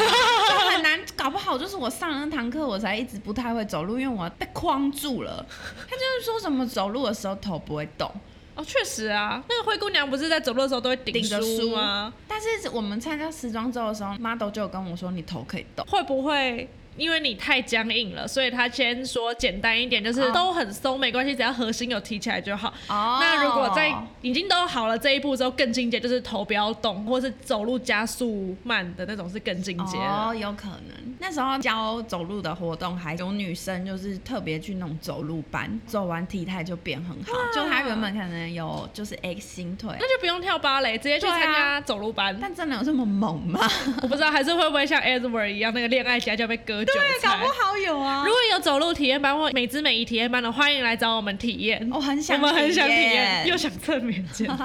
Speaker 2: 就很难，搞不好就是我上了那堂课，我才一直不太会走路，因为我被框住了。他就是说什么走路的时候头不会动，
Speaker 1: 哦，确实啊，那个灰姑娘不是在走路的时候都会顶
Speaker 2: 顶着
Speaker 1: 书
Speaker 2: 书
Speaker 1: 吗？
Speaker 2: 但是我们参加时装周的时候，model 就有跟我说你头可以动。
Speaker 1: 会不会因为你太僵硬了，所以他先说简单一点，就是
Speaker 2: 哦
Speaker 1: 都很松，没关系，只要核心有提起来就好。
Speaker 2: 哦
Speaker 1: 那如果在已经都好了这一步之后，更进阶就是头不要动，或是走路加速慢的那种是更进阶的。
Speaker 2: 哦，有可能那时候教走路的活动，还有女生就是特别去弄走路班，走完体态就变很好。
Speaker 1: 哇
Speaker 2: 就她原本可能有就是 X 型腿，
Speaker 1: 那就不用跳芭蕾，直接去
Speaker 2: 对啊
Speaker 1: 参加走路 班。
Speaker 2: 但真的有这么猛吗？
Speaker 1: 我不知道还是会不会像 Edward 一样，那个恋爱家教被割韭菜。
Speaker 2: 好有啊
Speaker 1: 如果有走路体验班或美姿美仪体验班的，欢迎来找我们体验。
Speaker 2: 我很
Speaker 1: 我
Speaker 2: 想，
Speaker 1: 们很想体验，又想蹭免 钱，拜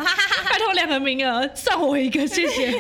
Speaker 1: 托两个名额，算我一个，谢谢。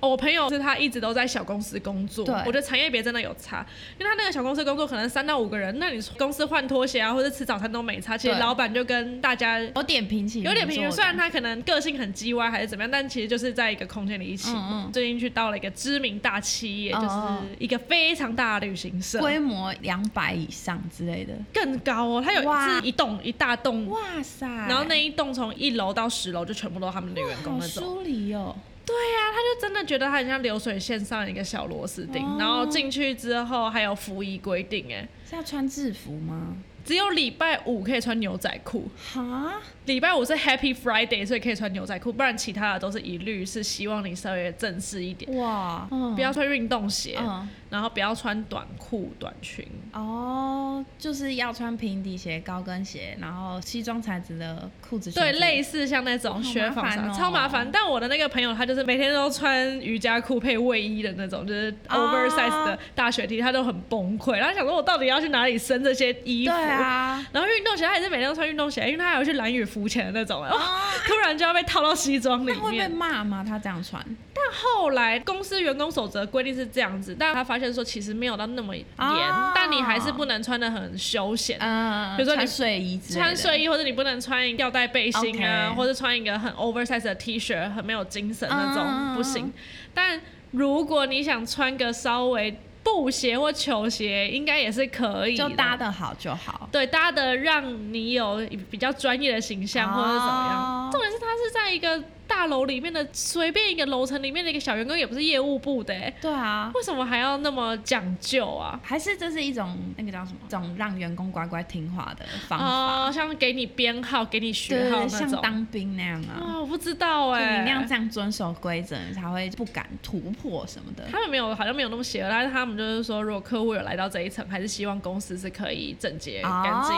Speaker 1: 哦我朋友是他一直都在小公司工作，
Speaker 2: 对
Speaker 1: 我觉得产业别真的有差，因为他那个小公司工作可能三到五个人，那你公司换拖鞋啊或者吃早餐都没差，其实
Speaker 2: 对
Speaker 1: 老板就跟大家
Speaker 2: 有点平起，
Speaker 1: 有点平均，虽然
Speaker 2: 他
Speaker 1: 他可能个性很叽歪还是怎么样，但其实就是在一个空间里一起。
Speaker 2: 嗯嗯
Speaker 1: 最近去到了一个知名大企业，
Speaker 2: 哦
Speaker 1: 就
Speaker 2: 哦
Speaker 1: 是一个非常大的旅行社，
Speaker 2: 规模两百以上之类的。
Speaker 1: 更高哦，它有
Speaker 2: 哇
Speaker 1: 是一栋一大栋
Speaker 2: 哇塞！
Speaker 1: 然后那一栋从一楼到十楼就全部都是他们的员工
Speaker 2: 好
Speaker 1: 那种。
Speaker 2: 疏离哦，
Speaker 1: 对呀、他就真的觉得他很像流水线上一个小螺丝钉。
Speaker 2: 哦
Speaker 1: 然后进去之后还有服仪规定，哎，
Speaker 2: 是要穿制服吗？
Speaker 1: 只有礼拜五可以穿牛仔裤，
Speaker 2: 哈，
Speaker 1: 礼拜五是 Happy Friday，所以可以穿牛仔裤，不然其他的都是一律是希望你稍微正式一点，
Speaker 2: 哇，嗯
Speaker 1: 不要穿运动鞋，
Speaker 2: 嗯
Speaker 1: 然后不要穿短裤短裙。
Speaker 2: 哦，就是要穿平底鞋、高跟鞋，然后西装材质的裤子。
Speaker 1: 对，类
Speaker 2: 似
Speaker 1: 似像那种
Speaker 2: 好
Speaker 1: 雪
Speaker 2: 麻
Speaker 1: 纺
Speaker 2: 烦
Speaker 1: 纱，
Speaker 2: 哦
Speaker 1: 超麻烦。但我的那个朋友，他就是每天都穿瑜伽裤配卫衣的那种，就是
Speaker 2: 啊
Speaker 1: oversize 的大雪 T，他都很崩溃。他想说，我到底要去哪里生这些衣
Speaker 2: 对
Speaker 1: 服？
Speaker 2: 啊，
Speaker 1: 然后运动鞋，他也是每天都穿运动鞋，因为他还有去蓝雨浮潜的那种。哦
Speaker 2: 啊，
Speaker 1: 突然就要被套到西装里
Speaker 2: 那会被
Speaker 1: 面。
Speaker 2: 骂吗？他这样穿
Speaker 1: 后来公司员工守则规定是这样子，但他发现说其实没有到那么严，
Speaker 2: 哦
Speaker 1: 但你还是不能穿的很休闲。
Speaker 2: 嗯，
Speaker 1: 比如说你
Speaker 2: 穿睡衣之类的，
Speaker 1: 穿睡衣，或者你不能穿一个吊带背心啊
Speaker 2: OK
Speaker 1: 或者穿一个很 oversize 的 T 恤，很没有精神那种、
Speaker 2: 嗯嗯嗯
Speaker 1: 不行。但如果你想穿个稍微布鞋或球鞋，应该也是可以
Speaker 2: 就搭
Speaker 1: 的。
Speaker 2: 的好就好。
Speaker 1: 对，搭的让你有比较专业的形象，
Speaker 2: 哦
Speaker 1: 或者是怎么样。重点是它是在一个大楼里面的随便一个楼层里面的一个小员工，也不是业务部的、欸，
Speaker 2: 对啊，
Speaker 1: 为什么还要那么讲究啊？
Speaker 2: 还是这是一种那个叫什么，一种让员工乖乖听话的方法，
Speaker 1: 哦，像给你编号、给你学号
Speaker 2: 对，
Speaker 1: 那
Speaker 2: 像
Speaker 1: 种。
Speaker 2: 当兵那样啊。
Speaker 1: 啊，我不知道
Speaker 2: 就
Speaker 1: 哎、
Speaker 2: 你那样这样遵守规则，你才会不敢突破什么的。
Speaker 1: 他们没有，好像没有那么邪恶，但是他们就是说，如果客户有来到这一层，还是希望公司是可以整洁、
Speaker 2: 哦
Speaker 1: 干净、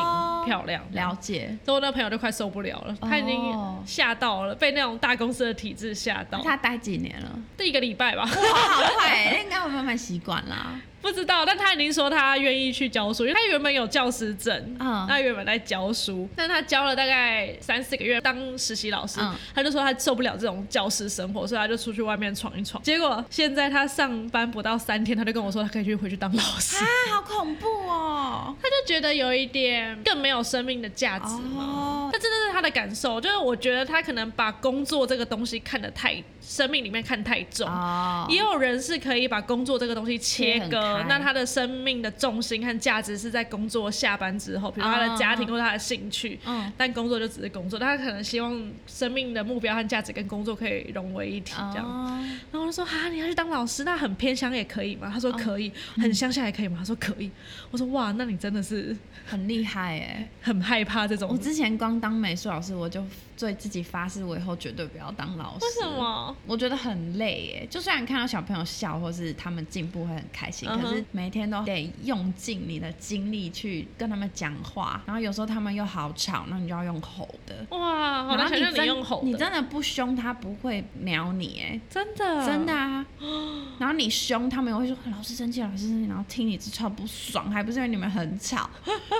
Speaker 1: 漂亮的。
Speaker 2: 了解，
Speaker 1: 所以我那朋友就快受不了了，他已经
Speaker 2: 哦
Speaker 1: 吓到了，被那种大公司的体制吓到。
Speaker 2: 他待几年了？
Speaker 1: 第一个礼拜吧，
Speaker 2: 哇，好快、欸，应该会慢慢习惯啦。
Speaker 1: 不知道，但他已经说他愿意去教书，因为他原本有教师证，
Speaker 2: 嗯
Speaker 1: 他原本在教书，但他教了大概三四个月当实习老师，
Speaker 2: 嗯
Speaker 1: 他就说他受不了这种教师生活，所以他就出去外面闯一闯。结果现在他上班不到三天，他就跟我说他可以去回去当老师。
Speaker 2: 啊，好恐怖哦！
Speaker 1: 他就觉得有一点更没有生命的价值嘛。
Speaker 2: 哦
Speaker 1: 那真的是他的感受，就是我觉得他可能把工作这个东西看得太，生命里面看太重。
Speaker 2: 哦
Speaker 1: 也有人是可以把工作这个东西切
Speaker 2: 切很
Speaker 1: 割
Speaker 2: 开，
Speaker 1: 那他的生命的重心和价值是在工作下班之后，比如他的家庭
Speaker 2: 哦
Speaker 1: 或他的兴趣。
Speaker 2: 嗯
Speaker 1: 但工作就只是工作，但他可能希望生命的目标和价值跟工作可以融为一体，这样。
Speaker 2: 哦
Speaker 1: 然后我就说啊，你要去当老师，那很偏乡也可以吗？他说可以，
Speaker 2: 嗯
Speaker 1: 很乡下也可以吗？他说可以。我说哇，那你真的是
Speaker 2: 很厉害哎！
Speaker 1: 很害怕这种。
Speaker 2: 我之前光当美术老师，我就对自己发誓，我以后绝对不要当老师。
Speaker 1: 为什？么？
Speaker 2: 我觉得很累耶，就虽然看到小朋友笑，或是他们进步会很开心，
Speaker 1: 嗯哼
Speaker 2: 可是每天都得用尽你的精力去跟他们讲话，然后有时候他们又好吵，那你就要用吼的。
Speaker 1: 哇，好
Speaker 2: 然
Speaker 1: 难
Speaker 2: 后
Speaker 1: 想象
Speaker 2: 你
Speaker 1: 你
Speaker 2: 真
Speaker 1: 用吼的，
Speaker 2: 你真的不凶，他不会鸟你哎，
Speaker 1: 真的
Speaker 2: 真的啊。然后你凶，他们也会说老师生气，老师生气，然后听你超不爽，还不是因为你们很吵，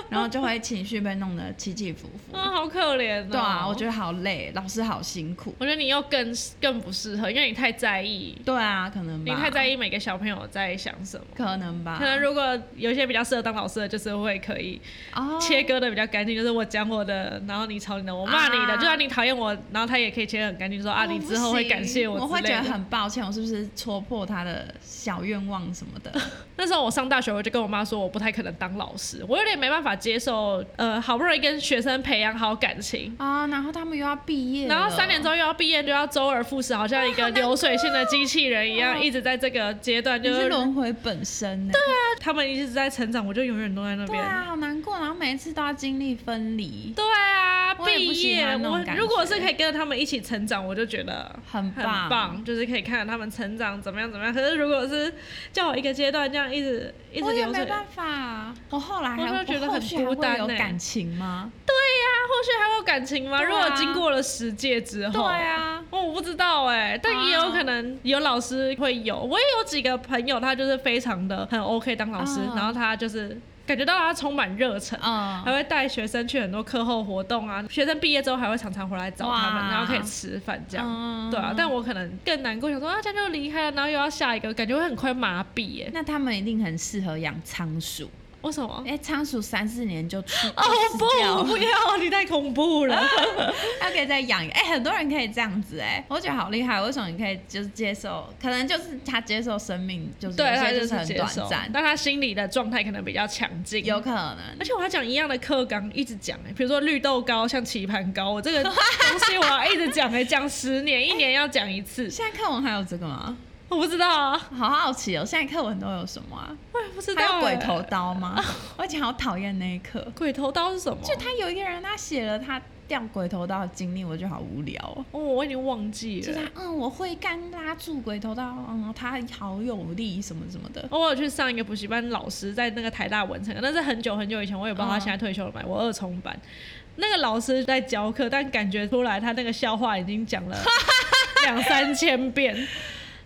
Speaker 2: 然后就会情绪被弄得起起伏伏。
Speaker 1: 啊，好可怜、哦。
Speaker 2: 对啊，我觉
Speaker 1: 得，
Speaker 2: 得好累，老师好辛苦。
Speaker 1: 我觉得你又更更不适合，因为你太在意，
Speaker 2: 对啊，可能
Speaker 1: 你
Speaker 2: 吧，啊
Speaker 1: 太在意每个小朋友在想什么。
Speaker 2: 可能吧，
Speaker 1: 可能如果有一些比较适合当老师的，就是会可以
Speaker 2: 哦
Speaker 1: 切割的比较干净，就是我讲我的，然后你吵你的，我骂你的，
Speaker 2: 啊
Speaker 1: 就算你讨厌我，然后他也可以切得很干净，说啊，
Speaker 2: 我
Speaker 1: 你
Speaker 2: 不
Speaker 1: 之后会
Speaker 2: 行
Speaker 1: 感谢
Speaker 2: 我，
Speaker 1: 之
Speaker 2: 会
Speaker 1: 类
Speaker 2: 觉得
Speaker 1: 的。
Speaker 2: 很抱歉，我是不是戳破他的小愿望什么的？
Speaker 1: 那时候我上大学，我就跟我妈说，我不太可能当老师，我有点没办法接受，呃，好不容易跟学生培养好感情。
Speaker 2: 啊，然后他们又要毕业了，
Speaker 1: 然后三年之后又要毕业，就要周而复始，好像一个流水线的机器人一样，一直在这个阶段，
Speaker 2: 嗯你
Speaker 1: 就是是
Speaker 2: 轮回本身呢？对啊，
Speaker 1: 他们一直在成长，我就永远都在那
Speaker 2: 对
Speaker 1: 边。
Speaker 2: 啊，好难过，然后每一次都要经历分离，
Speaker 1: 对啊，
Speaker 2: 我也不
Speaker 1: 毕
Speaker 2: 喜
Speaker 1: 业
Speaker 2: 欢那种
Speaker 1: 我
Speaker 2: 感觉
Speaker 1: 如果是可以跟着他们一起成长，我就觉得
Speaker 2: 很
Speaker 1: 很
Speaker 2: 棒，
Speaker 1: 棒，就是可以看着他们成长怎么样怎么样。可是如果是叫我一个阶段这样一直一直
Speaker 2: 我也
Speaker 1: 流
Speaker 2: 没
Speaker 1: 水，对呀、
Speaker 2: 办法，我后来还
Speaker 1: 我就觉得
Speaker 2: 我后
Speaker 1: 很
Speaker 2: 续还会
Speaker 1: 孤单
Speaker 2: 有
Speaker 1: 欸
Speaker 2: 感情吗？
Speaker 1: 后续啊还会有感情吗？
Speaker 2: 对啊
Speaker 1: 如果经过了十届之后，
Speaker 2: 对啊，
Speaker 1: 哦，我不知道哎、但也有可能有老师会有，我也有几个朋友，他就是非常的很 OK 当老师，
Speaker 2: 嗯
Speaker 1: 然后他就是感觉到他充满热忱。
Speaker 2: 嗯
Speaker 1: 还，会带学生去很多课后活动啊，学生毕业之后还会常常回来找他们，
Speaker 2: 哇
Speaker 1: 然后可以吃饭这样，
Speaker 2: 嗯
Speaker 1: 对啊。但我可能更难过，想说啊，这样就离开了，然后又要下一个，感觉会很快麻痹欸耶、
Speaker 2: 那他们一定很适合养仓鼠，
Speaker 1: 为什么
Speaker 2: 因？为仓鼠三四年就去
Speaker 1: 哦
Speaker 2: 就死掉
Speaker 1: 不，不
Speaker 2: 了
Speaker 1: 要，你太恐怖了。
Speaker 2: 他可以再养一个，哎、很多人可以这样子、哎，我觉得好厉害。为什么你可以就是接受？可能就是他接受生命，就是
Speaker 1: 对
Speaker 2: 有
Speaker 1: 他
Speaker 2: 些
Speaker 1: 就是是
Speaker 2: 很
Speaker 1: 接
Speaker 2: 短
Speaker 1: 受，
Speaker 2: 暂，
Speaker 1: 但他心理的状态可能比较强劲。
Speaker 2: 有可能
Speaker 1: 而。且我要讲一样的课纲，一直讲哎、比如说绿豆糕像棋盘糕，我这个东西我要一直讲哎、讲十年，一年要讲一次，
Speaker 2: 现在课文还有这个吗？
Speaker 1: 我不知道啊，
Speaker 2: 好好奇哦，现在课文都有什么啊？
Speaker 1: 我也不知道、
Speaker 2: 还有
Speaker 1: 欸。
Speaker 2: 鬼头，刀吗？ 我以前好讨厌那一课，
Speaker 1: 鬼头刀是什么？
Speaker 2: 就他有一个人他写了他掉鬼头刀的经历，我觉得好无聊哦。
Speaker 1: 哦，我已经忘记
Speaker 2: 就是
Speaker 1: 了。
Speaker 2: 他，嗯，我会干拉住鬼头刀，嗯，他好有力什么什么的。
Speaker 1: 哦我有去上一个补习班，老师在那个台大文成，但是很久很久以前，我也不知道他
Speaker 2: 嗯
Speaker 1: 现在退休了没。我二重班，那个老师在教课，但感觉出来他那个笑话已经 讲了两三千遍，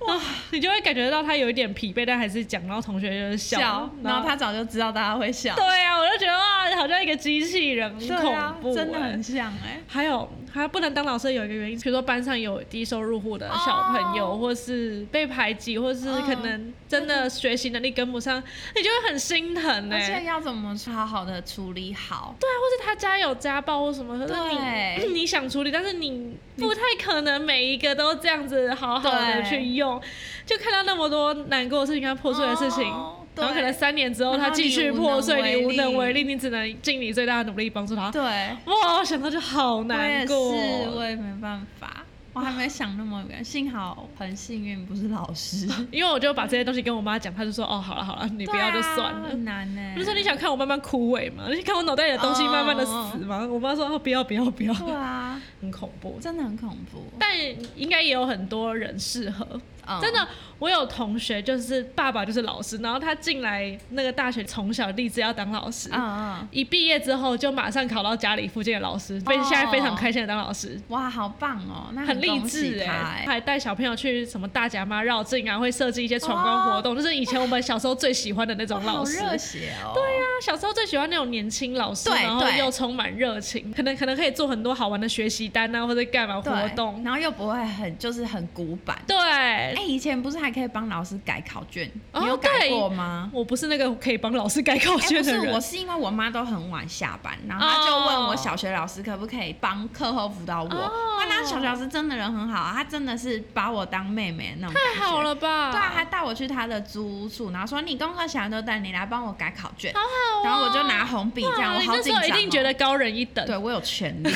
Speaker 1: 哇，你就会感觉到他有一点疲惫，但还是讲，然后同学就是笑，
Speaker 2: 然后他早就知道大家会笑，
Speaker 1: 对啊，我就觉得哇，好像一个机器人，很
Speaker 2: 对啊
Speaker 1: 恐怖、
Speaker 2: 真的
Speaker 1: 欸
Speaker 2: 很像哎、
Speaker 1: 还有，还不能当老师有一个原因，比如说班上有低收入户的小朋友
Speaker 2: 哦
Speaker 1: 或是被排挤，或是可能真的学习能力跟不上，你就会很心疼哎、
Speaker 2: 而且要怎么好好的处理好？
Speaker 1: 对啊，或是他家有家暴或什么，可是
Speaker 2: 对
Speaker 1: 你你想处理，但是你不太可能每一个都这样子好好的
Speaker 2: 对
Speaker 1: 去用，就看到那么多难过的事情跟破碎的事情。
Speaker 2: 哦对
Speaker 1: 然后可能三年之后，
Speaker 2: 然
Speaker 1: 他
Speaker 2: 后
Speaker 1: 继
Speaker 2: 你
Speaker 1: 续
Speaker 2: 无
Speaker 1: 破
Speaker 2: 能
Speaker 1: 碎，
Speaker 2: 为
Speaker 1: 你无能
Speaker 2: 力
Speaker 1: 为力，你只能尽你最大的努力帮助他。
Speaker 2: 对，
Speaker 1: 哇，想到就好
Speaker 2: 我也
Speaker 1: 难
Speaker 2: 是，
Speaker 1: 过。
Speaker 2: 我也没办法，我还没想那么远。幸好很幸运，不是老 师，
Speaker 1: 因为我就把这些东西跟我妈讲，她就说：“哦，好了好了，你不要就算
Speaker 2: 对啊
Speaker 1: 了。
Speaker 2: 很难呢、
Speaker 1: 我就说：“你想看我慢慢枯萎吗？你想看我脑袋里的东西慢慢的死吗？”我妈说：“哦，不要不要不要，
Speaker 2: 对啊，
Speaker 1: 很恐怖。
Speaker 2: 真的很恐怖”，
Speaker 1: 但应该也有很多人适合，
Speaker 2: 嗯
Speaker 1: 真的。我有同学就是爸爸就是老师，然后他进来那个大学从小立志要当老师，
Speaker 2: 嗯嗯，
Speaker 1: 一毕业之后就马上考到家里附近的老师，非现在非常开心的当老师。
Speaker 2: 哇，好棒哦，那
Speaker 1: 很励
Speaker 2: 恭喜
Speaker 1: 志
Speaker 2: 他
Speaker 1: 哎、
Speaker 2: 哎、
Speaker 1: 还带小朋友去什么大甲妈绕境啊，会设计一些闯关活动，就是以前我们小时候最喜欢的那种老
Speaker 2: 哇好
Speaker 1: 师。
Speaker 2: 热血哦！对呀、啊，
Speaker 1: 小时候最喜欢那种年轻老师，
Speaker 2: 对
Speaker 1: 然后
Speaker 2: 对
Speaker 1: 又充满热情，可能可能可以做很多好玩的学习单啊，或者干嘛活
Speaker 2: 对，
Speaker 1: 动。
Speaker 2: 然后又不会很就是很古板。
Speaker 1: 对，
Speaker 2: 哎、以前不是还可以帮老师改考卷，
Speaker 1: 哦
Speaker 2: 你有改
Speaker 1: 对
Speaker 2: 过吗？
Speaker 1: 我不是那个可以帮老师改考
Speaker 2: 哎、
Speaker 1: 卷
Speaker 2: 不
Speaker 1: 的
Speaker 2: 是，
Speaker 1: 人。
Speaker 2: 我是因为我妈都很晚下班，然后她就问我小学老师可不可以帮课后辅导我。
Speaker 1: 哦
Speaker 2: 哇，那小学老师真的人很好啊，她真的是把我当妹妹那种感
Speaker 1: 太
Speaker 2: 觉。
Speaker 1: 好了吧？
Speaker 2: 对啊，还带我去她的租屋处，然后说你功课写完都等你来帮我改考卷。
Speaker 1: 好好哦
Speaker 2: 然后我就拿红笔这样，
Speaker 1: 哇
Speaker 2: 我
Speaker 1: 你
Speaker 2: 好
Speaker 1: 那
Speaker 2: 紧
Speaker 1: 时
Speaker 2: 张、
Speaker 1: 候
Speaker 2: 哦。
Speaker 1: 一定觉得高人一等。
Speaker 2: 对我有权 利，拿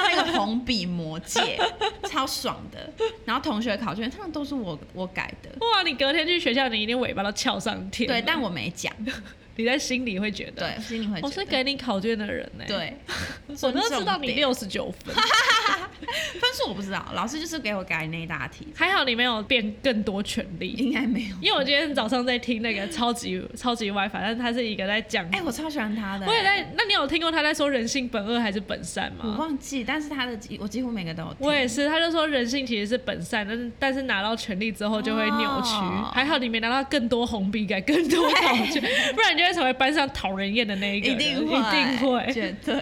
Speaker 2: 到那个红笔魔戒，超爽的。然后同学考卷，他们都是我我改的，
Speaker 1: 哇，你隔天去学校，你一定尾巴都翘上天。
Speaker 2: 对，但我 没讲，
Speaker 1: 你在心里会觉得，
Speaker 2: 对，心里会
Speaker 1: 我
Speaker 2: 觉
Speaker 1: 是
Speaker 2: 得，
Speaker 1: 给你考卷的人呢、，
Speaker 2: 对，
Speaker 1: 我
Speaker 2: 尊
Speaker 1: 都知
Speaker 2: 重
Speaker 1: 道你
Speaker 2: 点
Speaker 1: 六十九分，
Speaker 2: 分数我不知道，老师就是给我改那一大题，
Speaker 1: 还好你没有变更多权利。
Speaker 2: 应该没有。
Speaker 1: 因为我今天早上在听 那个超级超级 WiFi，但是他是一个在讲，
Speaker 2: 哎、我超喜欢他的、
Speaker 1: 我也在。那你有听过他在说人性本恶还是本善
Speaker 2: 我
Speaker 1: 吗？
Speaker 2: 忘记，但是他的几我几乎每个都有听。
Speaker 1: 我也是，他就说人性其实是本善，但是但是拿到权力之后就会扭曲。
Speaker 2: 哦
Speaker 1: 还好你没拿到更多红笔改更多考 卷，不然你就会成为班上讨人厌的那一个
Speaker 2: 一
Speaker 1: 人，
Speaker 2: 定会，
Speaker 1: 一定会。
Speaker 2: 绝 对。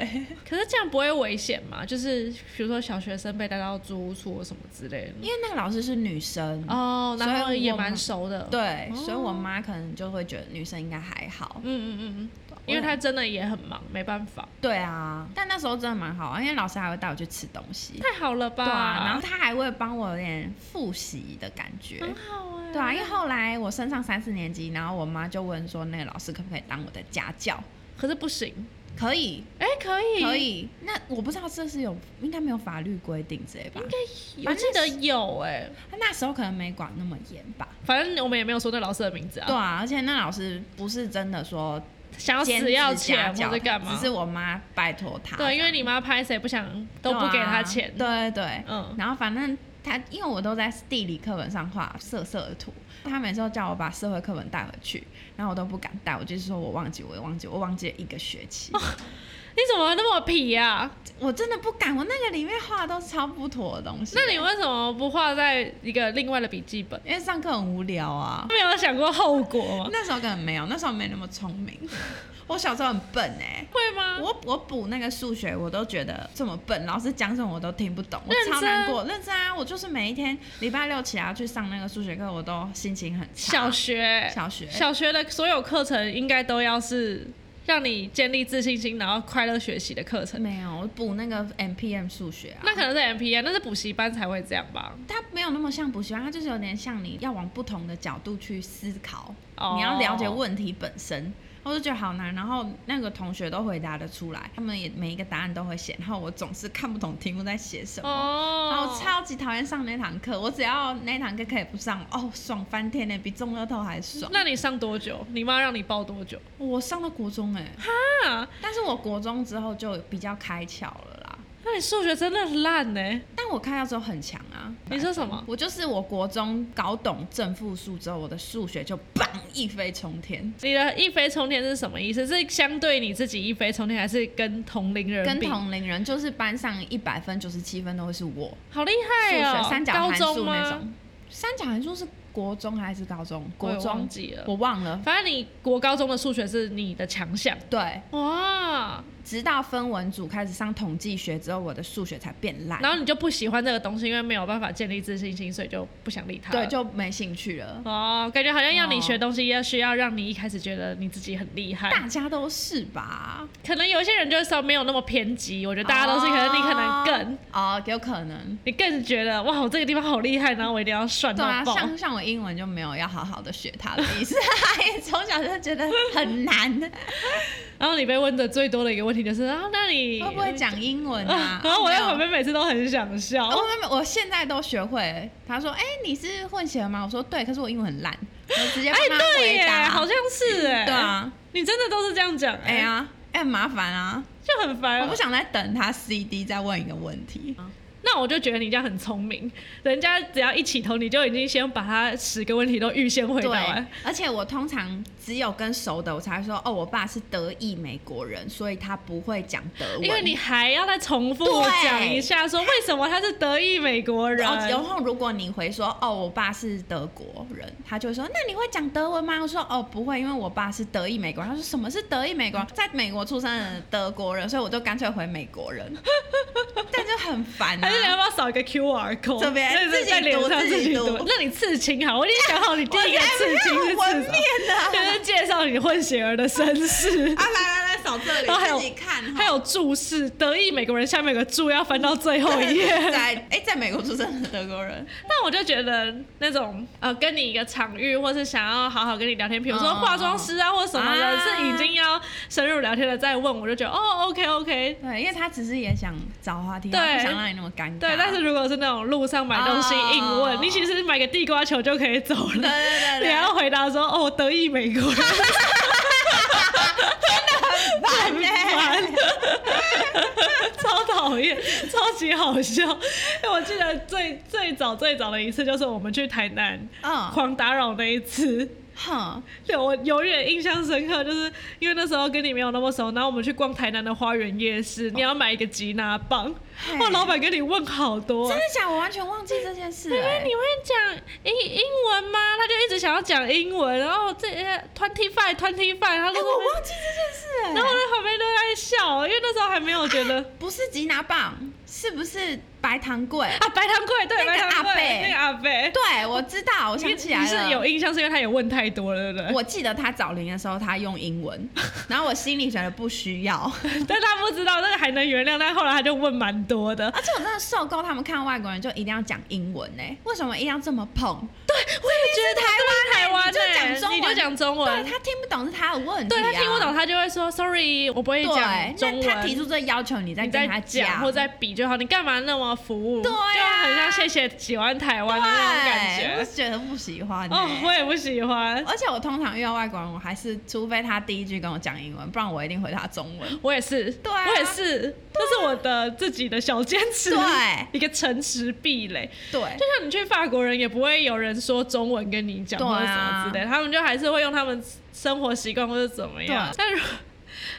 Speaker 1: 可是这样不会危险吗？就是比如说小学生被带到租屋处什么之类的。
Speaker 2: 因为那个老师是女生，
Speaker 1: 哦，然后
Speaker 2: 所以我
Speaker 1: 也蛮熟的。，
Speaker 2: 对，
Speaker 1: 哦
Speaker 2: 所以我妈可能就会觉得女生应该还好。
Speaker 1: 嗯嗯嗯嗯，因为他真的也很忙，没办法。
Speaker 2: 对啊，但那时候真的蛮好玩，因为老师还会带我去吃东西，
Speaker 1: 太好了吧？
Speaker 2: 对啊，然后他还会帮我有点复习的感觉，
Speaker 1: 很好哎、
Speaker 2: 对啊，因为后来我升上三四年级，然后我妈就问说，那个老师可不可以当我的家教？
Speaker 1: 可是不行，
Speaker 2: 可以，
Speaker 1: 哎、可以，
Speaker 2: 可，以。那我不知道这是有应该没有法律规定之类吧？
Speaker 1: 我记得有哎、
Speaker 2: 那时候可能没管那么严吧。
Speaker 1: 反正我们也没有说那老师的名字
Speaker 2: 对
Speaker 1: 啊，
Speaker 2: 啊，而且那老师不是真的说
Speaker 1: 想要
Speaker 2: 兼
Speaker 1: 哦死要
Speaker 2: 职家
Speaker 1: 钱
Speaker 2: 教
Speaker 1: 或者干嘛
Speaker 2: 只？是我妈拜托他这样。
Speaker 1: 对，因为你妈拍谁不想都不给他钱，
Speaker 2: 对啊对对，
Speaker 1: 嗯
Speaker 2: 然后反正他，因为我都在地理课本上画色色的图，他每次都叫我把社会课本带回去，然后我都不敢带，我就是说我忘记，我忘记，我忘记了一个学
Speaker 1: 哦
Speaker 2: 期，
Speaker 1: 你怎么那么皮啊？
Speaker 2: 我真的不敢，我那个里面画的都是超不妥的东西。
Speaker 1: 那你为什么不画在一个另外的笔记本？
Speaker 2: 因为上课很无聊啊，
Speaker 1: 没有想过后果吗？
Speaker 2: 那时候根本没有，那时候没那么聪 明，我小时候很笨哎、
Speaker 1: 会吗？
Speaker 2: 我我补那个数学，我都觉得这么笨，老师讲什么我都听不懂，我
Speaker 1: 认
Speaker 2: 超
Speaker 1: 真
Speaker 2: 难过。认真啊，我就是每一天礼拜六起来去上那个数学课，我都心情很
Speaker 1: 小
Speaker 2: 差。
Speaker 1: 学，
Speaker 2: 小学
Speaker 1: 小学的所有课程应该都要是让你建立自信心，然后快乐学习的课程。
Speaker 2: 没有，我补那个 M P M 数学啊。
Speaker 1: 那可能是 M P N，那是补习班才会这样吧？
Speaker 2: 它没有那么像补习班，它就是有点像你要往不同的角度去思考，
Speaker 1: 哦
Speaker 2: 你要了解问题本身。我就觉得好难，然后那个同学都回答得出来，他们也每一个答案都会写，然后我总是看不懂题目在写什么。
Speaker 1: 哦，
Speaker 2: 然后我超级讨厌上那堂课，我只要那堂课可以不上，哦，爽翻天呢，比中乐透还爽。
Speaker 1: 那你上多久？你妈让你报多久？
Speaker 2: 我上了国中哎，
Speaker 1: 啊，
Speaker 2: 但是我国中之后就比较开窍了啦。
Speaker 1: 那你数学真的很烂呢、
Speaker 2: 但我开窍之后很强啊，
Speaker 1: 你说什么？
Speaker 2: 我就是我国中搞懂正负数之后，我的数学就砰一飞冲天，
Speaker 1: 你的一飞冲天是什么意思？是相对你自己一飞冲天，还是跟同龄人
Speaker 2: 跟
Speaker 1: 比？
Speaker 2: 同龄人就是班上一百分九十七分都会是我，
Speaker 1: 好厉
Speaker 2: 数
Speaker 1: 害
Speaker 2: 学
Speaker 1: 哦！
Speaker 2: 三角
Speaker 1: 高
Speaker 2: 函数
Speaker 1: 中
Speaker 2: 那
Speaker 1: 吗？
Speaker 2: 种。三角函数是国中还是高中？
Speaker 1: 我
Speaker 2: 国
Speaker 1: 也忘
Speaker 2: 中
Speaker 1: 记了，
Speaker 2: 我忘了。
Speaker 1: 反正你国高中的数学是你的强项。
Speaker 2: 对，
Speaker 1: 哇，
Speaker 2: 直到分文组开始上统计学之后，我的数学才变烂，
Speaker 1: 然后你就不喜欢这个东西，因为没有办法建立自信心，所以就不想理他了。
Speaker 2: 对，就没兴趣了。
Speaker 1: 哦，感觉好像要你
Speaker 2: 哦
Speaker 1: 学东西，要需要让你一开始觉得你自己很厉害。
Speaker 2: 大家都是吧？
Speaker 1: 可能有一些人就是说没有那么偏激，我觉得大家都是，可能你可能更，
Speaker 2: 哦，有可能。
Speaker 1: 你更觉得哇，我这个地方好厉害，然后我一定要算
Speaker 2: 对
Speaker 1: 到
Speaker 2: 啊，
Speaker 1: 爆。
Speaker 2: 像像我英文就没有要好好的学它的意思， 从小就觉得很难，
Speaker 1: 然后你被问的最多的一个问题就是啊，那你
Speaker 2: 会不会讲英文啊
Speaker 1: 啊？
Speaker 2: 哦
Speaker 1: 然后我在
Speaker 2: 没有
Speaker 1: 旁边每次都很想笑。
Speaker 2: 我没有我现在都学会。他说：“哎、你是混血儿吗？”我说：“对，可是我英文很烂。”我直接
Speaker 1: 哎
Speaker 2: 帮，他
Speaker 1: 对
Speaker 2: 回
Speaker 1: 耶，
Speaker 2: 答。
Speaker 1: 好像是哎。
Speaker 2: 啊对，啊，
Speaker 1: 你真的都是这样讲
Speaker 2: 哎、呀，哎、很麻烦啊，
Speaker 1: 就很烦。嗯
Speaker 2: 我不想再等他 CD 再问一个问题。
Speaker 1: 那我就觉得你这样很聪明，人家只要一起头，你就已经先把他十个问题都预先回答
Speaker 2: 对
Speaker 1: 完。，
Speaker 2: 而且我通常只有跟熟的，我才会说哦，我爸是德裔美国人，所以他不会讲德文。
Speaker 1: 因为你还要再重复
Speaker 2: 对
Speaker 1: 讲一下，说为什么他是德裔美国人
Speaker 2: 然？后，然后如果你回说哦，我爸是德国人，他就会说那你会讲德文吗？我说哦，不会，因为我爸是德裔美国人。他说什么是德裔美国人？在美国出生的德国人，所以我就干脆回美国人， 但就很烦啊
Speaker 1: 还。是你要不要扫一个 QR code？
Speaker 2: 这边
Speaker 1: 就是
Speaker 2: 自己
Speaker 1: 在脸
Speaker 2: 读
Speaker 1: 上
Speaker 2: 自
Speaker 1: 自
Speaker 2: 己
Speaker 1: 己
Speaker 2: 读
Speaker 1: 读。那你刺青好，我已经想好你第
Speaker 2: 我才
Speaker 1: 一个刺青
Speaker 2: 没
Speaker 1: 是
Speaker 2: 有文
Speaker 1: 刺
Speaker 2: 面
Speaker 1: 什么？
Speaker 2: 呢、
Speaker 1: 就
Speaker 2: 啊。
Speaker 1: 是介绍你混血儿的身 世。
Speaker 2: 啊，来来来，扫这里，
Speaker 1: 然后还有
Speaker 2: 自己看哈。
Speaker 1: 还有注释，德裔美国人下面有个注，要翻到最后一页。
Speaker 2: 在哎、在美国出生的德国人，
Speaker 1: 但我就觉得那种呃，跟你一个场域，或是想要好好跟你聊天，比如说
Speaker 2: 嗯
Speaker 1: 化妆师啊，或什么的，
Speaker 2: 啊
Speaker 1: 是已经要深入聊天的再问，我就觉得哦，OK OK。
Speaker 2: 对，因为他只是也想找话题，
Speaker 1: 对
Speaker 2: 他不想让你那么尴尬。
Speaker 1: 对，但是如果是那种路上买东西
Speaker 2: 哦
Speaker 1: 硬问，你其实买个地瓜球就可以走
Speaker 2: 对
Speaker 1: 了。
Speaker 2: 对对
Speaker 1: 你
Speaker 2: 对，
Speaker 1: 还要回答说哦，德裔美国人，
Speaker 2: 烦欸呢、
Speaker 1: 烦超讨厌，超级好笑。因为我记得最最早最早的一次就是我们去台南
Speaker 2: 嗯，
Speaker 1: 狂打扰那一次，
Speaker 2: 哼，
Speaker 1: 对我永远印象深刻，就是因为那时候跟你没有那么熟，然后我们去逛台南的花园夜市，你要买一个吉拿棒，
Speaker 2: 嘿
Speaker 1: 哇，老板跟你问好多、
Speaker 2: 真的假的？我完全忘记这件事
Speaker 1: 因
Speaker 2: 了
Speaker 1: 为
Speaker 2: 欸、
Speaker 1: 你会讲英英文吗？他就一直想要讲英文，然后这 twenty five twenty five，他
Speaker 2: 哎、
Speaker 1: 就在
Speaker 2: 我
Speaker 1: 那边
Speaker 2: 忘记这件事
Speaker 1: 然
Speaker 2: 了、
Speaker 1: 后我在旁边都在笑，因为那时候还没有觉得
Speaker 2: 不是吉拿棒，是不是白糖桂？
Speaker 1: 啊，白糖贵，对，
Speaker 2: 那个
Speaker 1: 白糖
Speaker 2: 阿伯
Speaker 1: 贵，那个阿贝，
Speaker 2: 对，我知道，我想起来
Speaker 1: 你是有
Speaker 2: 了。
Speaker 1: 印象，是因为他也问太多了，对不对？
Speaker 2: 我记得他找零的时候，他用英 文，然后我心里觉得不需要，
Speaker 1: 但他不知道那个还能原谅，但后来他就问蛮多的，
Speaker 2: 而且我真的受够他们看外国人就一定要讲英文呢、为什么一定要这么捧？
Speaker 1: 我也觉得台湾
Speaker 2: 这边是
Speaker 1: 台湾
Speaker 2: 台湾欸
Speaker 1: 欸
Speaker 2: 你就
Speaker 1: 你就讲中
Speaker 2: 对
Speaker 1: 文，
Speaker 2: 他听不懂是他的问题、啊，
Speaker 1: 对他听不懂，他就会说 sorry，我不会讲中
Speaker 2: 对，
Speaker 1: 文。
Speaker 2: 那他提出这个要求，你再
Speaker 1: 你
Speaker 2: 跟他
Speaker 1: 在讲或在比就好，你干嘛那么服务？
Speaker 2: 对啊
Speaker 1: 就很像谢谢喜欢台湾的那种感
Speaker 2: 对，
Speaker 1: 觉。
Speaker 2: 我是觉得不喜欢、欸。
Speaker 1: 哦，我也不喜欢，
Speaker 2: 而且我通常遇到外国人，我还是除非他第一句跟我讲英文，不然我一定回他中文。
Speaker 1: 我也是，
Speaker 2: 对啊
Speaker 1: 我也是，这是我的自己的小坚持，
Speaker 2: 对
Speaker 1: 一个诚实壁垒。就
Speaker 2: 对
Speaker 1: 像你去法国人，也不会有人说中文跟你讲
Speaker 2: 对
Speaker 1: 或
Speaker 2: 啊
Speaker 1: 者什么之类的，他们就还是会用他们生活习惯或者怎么样
Speaker 2: 对。啊
Speaker 1: 但如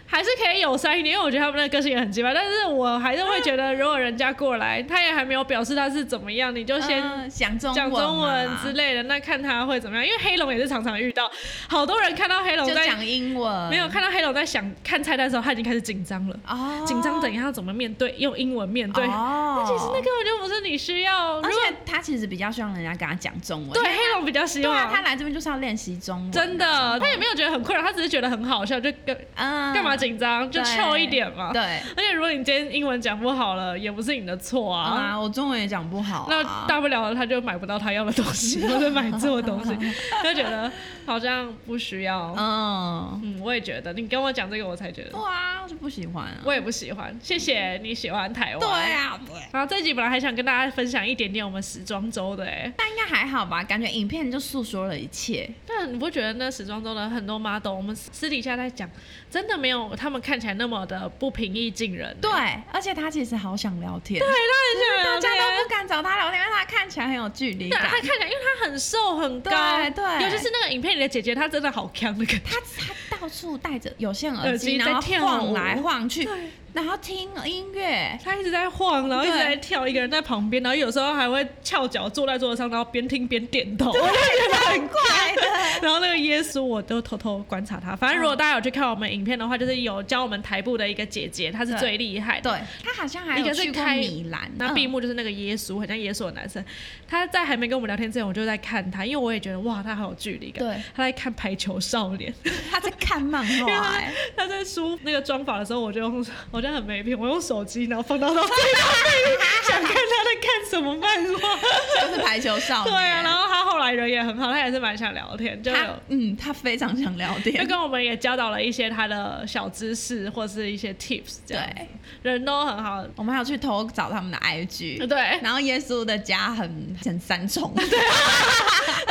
Speaker 1: 还是可以友善一点，因为我觉得他们的个性也很奇怪。但是我还是会觉 得，如果人家过来，他也还没有表示他是怎么样，你就先
Speaker 2: 嗯讲中
Speaker 1: 讲中文
Speaker 2: 嘛
Speaker 1: 之类的，那看他会怎么样。因为黑龙也是常常遇到，好多人看到黑龙
Speaker 2: 就
Speaker 1: 在
Speaker 2: 讲英文，
Speaker 1: 没有看到黑龙在想看菜单的时候，他已经开始紧张了，
Speaker 2: 哦，
Speaker 1: 紧张等一下要怎么面对，用英文面对。
Speaker 2: 哦，啊
Speaker 1: 其实那根本就不是你需要，
Speaker 2: 而
Speaker 1: 如果
Speaker 2: 且他其实比较希望人家跟他讲中文，
Speaker 1: 对，黑龙比较希
Speaker 2: 对啊，
Speaker 1: 望
Speaker 2: 他来这边就是要练习中文，
Speaker 1: 真的，他也没有觉得很困扰，他只是觉得很好笑，就干
Speaker 2: 嗯，
Speaker 1: 干嘛紧张，就
Speaker 2: 对
Speaker 1: 臭一点嘛。
Speaker 2: 对
Speaker 1: 而且如果你今天英文讲不好了，也不是你的错啊。
Speaker 2: 啊，我中文也讲不好
Speaker 1: 那
Speaker 2: 啊，
Speaker 1: 大不了他就买不到他要的东西， 或者买错东西，就觉得好像不需要。
Speaker 2: 嗯，
Speaker 1: 嗯，我也觉得，你跟我讲这个，我才觉得
Speaker 2: 对啊，我就不喜欢啊，
Speaker 1: 我也不喜欢。谢谢你喜欢台湾。
Speaker 2: 对。啊，对。
Speaker 1: 然后这集本来还想跟大家分享一点点我们时装周的、哎，
Speaker 2: 但应该还好吧，感觉影片就诉说了一切。
Speaker 1: 但你不觉得那时装周的很多 model，我们私底下在讲，真的没有他们看起来那么的不平易近人、
Speaker 2: 对，而且他其实好想聊天，
Speaker 1: 对，
Speaker 2: 大
Speaker 1: 大
Speaker 2: 家
Speaker 1: 家
Speaker 2: 都
Speaker 1: 都
Speaker 2: 不敢找他聊天，因为他看起来很有距离
Speaker 1: 不。他
Speaker 2: 感
Speaker 1: 看。起来，因为他很瘦很高，
Speaker 2: 对对
Speaker 1: 尤其是那个影片里的姐姐，她真的好强那个。
Speaker 2: 他他到处戴着有线
Speaker 1: 耳
Speaker 2: 耳
Speaker 1: 机
Speaker 2: 机，然
Speaker 1: 在
Speaker 2: 后
Speaker 1: 跳舞
Speaker 2: 晃来晃去，然后听音乐。
Speaker 1: 她一直在晃，然后一直
Speaker 2: 对
Speaker 1: 在跳，一个人在旁边，然后有时候还会翘脚坐在桌子上，然后边听边点头，我就觉 得 很怪的。然后那个耶稣，我都偷偷观察他。反正如果大家有去看我们影片的话，就是有教我们台步的一个姐姐，她是
Speaker 2: 对
Speaker 1: 最厉害的。
Speaker 2: 对他好像还
Speaker 1: 一个
Speaker 2: 有
Speaker 1: 是
Speaker 2: 去过
Speaker 1: 开
Speaker 2: 米兰，
Speaker 1: 那
Speaker 2: 嗯
Speaker 1: 闭幕就是那个耶稣，很像耶稣的男生。他在还没跟我们聊天之前，我就在看他，因为我也觉得哇，他好有距离感。
Speaker 2: 对，
Speaker 1: 他在看《排球少年》，
Speaker 2: 他在看漫
Speaker 1: 因为
Speaker 2: 画
Speaker 1: 他
Speaker 2: 欸，
Speaker 1: 他在梳那个妆发的时候，我就用我就很没品，我用手机然后放到到最后面， 想看他在看什么漫画。
Speaker 2: 就是排球少
Speaker 1: 对
Speaker 2: 年。
Speaker 1: 啊，然后他后来人也很好，他也是蛮想聊天，就有
Speaker 2: 他嗯，他非常想聊
Speaker 1: 就
Speaker 2: 天。
Speaker 1: 跟我们也教导了一些他的小知识或是一些 tips，这样
Speaker 2: 对，
Speaker 1: 人都很好。
Speaker 2: 我们还有去偷找他们的 IG，
Speaker 1: 对，
Speaker 2: 然后耶稣的家很很三重，
Speaker 1: 而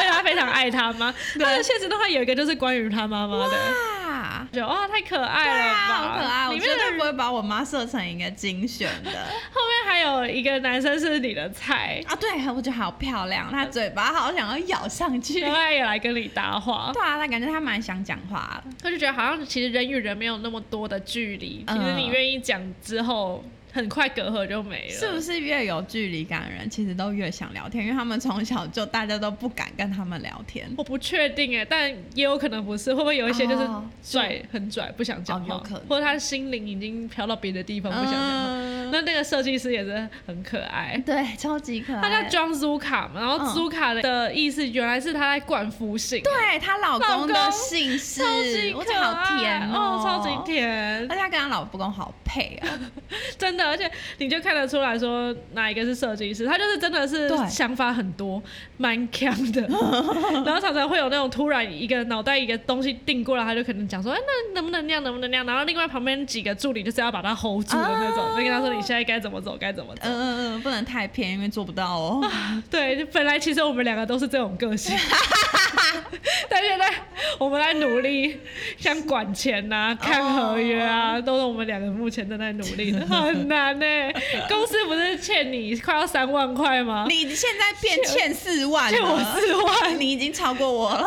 Speaker 1: 且他非常爱他妈。他的现实动态有一个就是关于他妈妈的，
Speaker 2: 哇，
Speaker 1: 就哇太可
Speaker 2: 对
Speaker 1: 爱了
Speaker 2: 啊，
Speaker 1: 吧，
Speaker 2: 好可爱！我
Speaker 1: 啊里
Speaker 2: 绝
Speaker 1: 面的
Speaker 2: 对不会把我妈设成一个精选的。
Speaker 1: 后面还有一个男生是你的菜，
Speaker 2: 啊，对，我觉得好漂亮，她嘴巴好想要咬上去。
Speaker 1: 然后他也来跟你搭话，
Speaker 2: 对啊，她感觉她蛮想讲话的。
Speaker 1: 他就觉得好像其实人与人没有那么多的距离，其
Speaker 2: 嗯
Speaker 1: 实你愿意讲之后，很快隔阂就没了，
Speaker 2: 是不？是越有距离感的人，其实都越想聊天？因为他们从小就大家都不敢跟他们聊天。
Speaker 1: 我不确定哎，但也有可能不是，会不会有一些就是
Speaker 2: 哦
Speaker 1: 拽、很拽，不想讲
Speaker 2: 哦
Speaker 1: 话，
Speaker 2: 有可能
Speaker 1: 或者他心灵已经飘到别的地方，不想讲话。
Speaker 2: 嗯
Speaker 1: 那那个设计师也是很可爱。
Speaker 2: 对，超级可爱。
Speaker 1: 他叫 John Zuka 嘛，然后
Speaker 2: 嗯
Speaker 1: Zuka 的意思原来是他在灌夫姓，欸
Speaker 2: 对她老
Speaker 1: 老
Speaker 2: 公的
Speaker 1: 公
Speaker 2: 姓氏，
Speaker 1: 超级
Speaker 2: 我
Speaker 1: 可
Speaker 2: 觉得
Speaker 1: 爱，
Speaker 2: 好甜
Speaker 1: 哦
Speaker 2: 哦，
Speaker 1: 超级。甜
Speaker 2: 而，且她跟她老公好 配啊，
Speaker 1: 真的，而且你就看得出来说哪一个是设计师，他就是真的是
Speaker 2: 对
Speaker 1: 想法很多，蛮强 的，然后常常会有那种突然一个脑袋一个东西定过来，他就可能讲说，哎，那能不能那样，能不能那样，然后另外旁边几个助理就是要把他 hold 住的那种，
Speaker 2: 啊
Speaker 1: 就跟他说你现在该怎么走，该怎么走，
Speaker 2: 嗯嗯嗯，不能太偏，因为做不到 哦。
Speaker 1: 对，就本来其实我们两个都是这种个 性，但现在我们在努力，像管钱呐、看合约
Speaker 2: 哦
Speaker 1: 啊都是我们两个目前正在努 力的，很难呢、公司不是欠你快要三万块吗？
Speaker 2: 你现在变欠四万了，
Speaker 1: 欠我四 万，
Speaker 2: 你已经超过我了。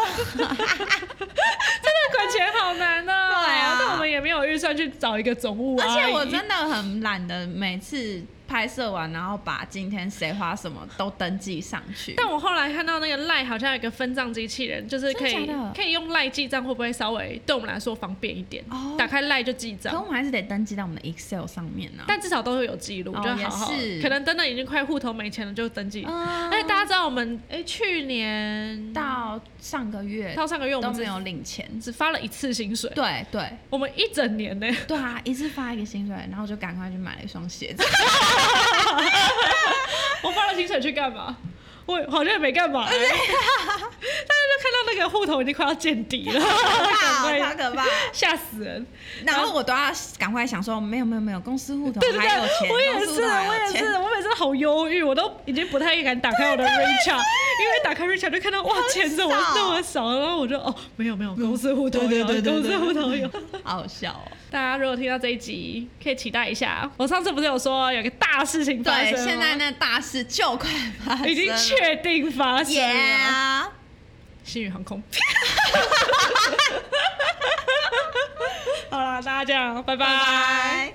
Speaker 1: 管钱好难哦、
Speaker 2: 对啊
Speaker 1: 但我们也没有预算去找一个总务啊
Speaker 2: 而
Speaker 1: 阿姨
Speaker 2: 且我真的很懒得每次拍摄完，然后把今天谁花什么都登记上去。
Speaker 1: 但我后来看到那个赖好像有一个分账机器人，就是可
Speaker 2: 真
Speaker 1: 以
Speaker 2: 的假的
Speaker 1: 可以用赖记账，会不会稍微对我们来说方便一点？
Speaker 2: 哦
Speaker 1: 打开赖就记账
Speaker 2: 可。我们还是得登记到我们的 Excel 上面呢、啊。
Speaker 1: 但至少都会有记录，
Speaker 2: 哦
Speaker 1: 就好好。
Speaker 2: 也是
Speaker 1: 可能真的已经快户头没钱了，就登记。
Speaker 2: 嗯
Speaker 1: 而且大家知道我们，哎、去年
Speaker 2: 到上个月
Speaker 1: 到上个月我
Speaker 2: 都
Speaker 1: 们
Speaker 2: 没
Speaker 1: 只
Speaker 2: 有领钱。
Speaker 1: 只发了一次薪水，
Speaker 2: 对对
Speaker 1: 我们一整年呢、
Speaker 2: 对啊，一次发一个薪水，然后就赶快去买了一双 鞋子。
Speaker 1: 我发了薪水去干嘛？我好像也没干嘛、欸，但是就看到那个户头已经快要见底了，赶
Speaker 2: 哇
Speaker 1: 快
Speaker 2: 好可怕！
Speaker 1: 吓死人！
Speaker 2: 然后我都要赶快想说，没有没有没有，公司户头
Speaker 1: 对对
Speaker 2: 还有钱，
Speaker 1: 对，我也
Speaker 2: 公司
Speaker 1: 是，
Speaker 2: 户头还有
Speaker 1: 我也
Speaker 2: 钱
Speaker 1: 是，我每次都好忧郁，我都已经不太敢打开我的 Richard，因为打开 Richard 就看到哇，钱怎么那么少，然后我就哦，没有没有，公司户头
Speaker 2: 对
Speaker 1: 有，
Speaker 2: 对对对
Speaker 1: 公司
Speaker 2: 对
Speaker 1: 户头有。
Speaker 2: 好好笑哦。
Speaker 1: 大家如果听到这一集，可以期待一下。我上次不是有说有个大事情发生
Speaker 2: 对，
Speaker 1: 吗
Speaker 2: 现在那大事就快发生了，
Speaker 1: 已经确定发生了，
Speaker 2: Yeah，
Speaker 1: 星宇航空。 好啦，大家这样，拜
Speaker 2: 拜
Speaker 1: 拜
Speaker 2: 拜。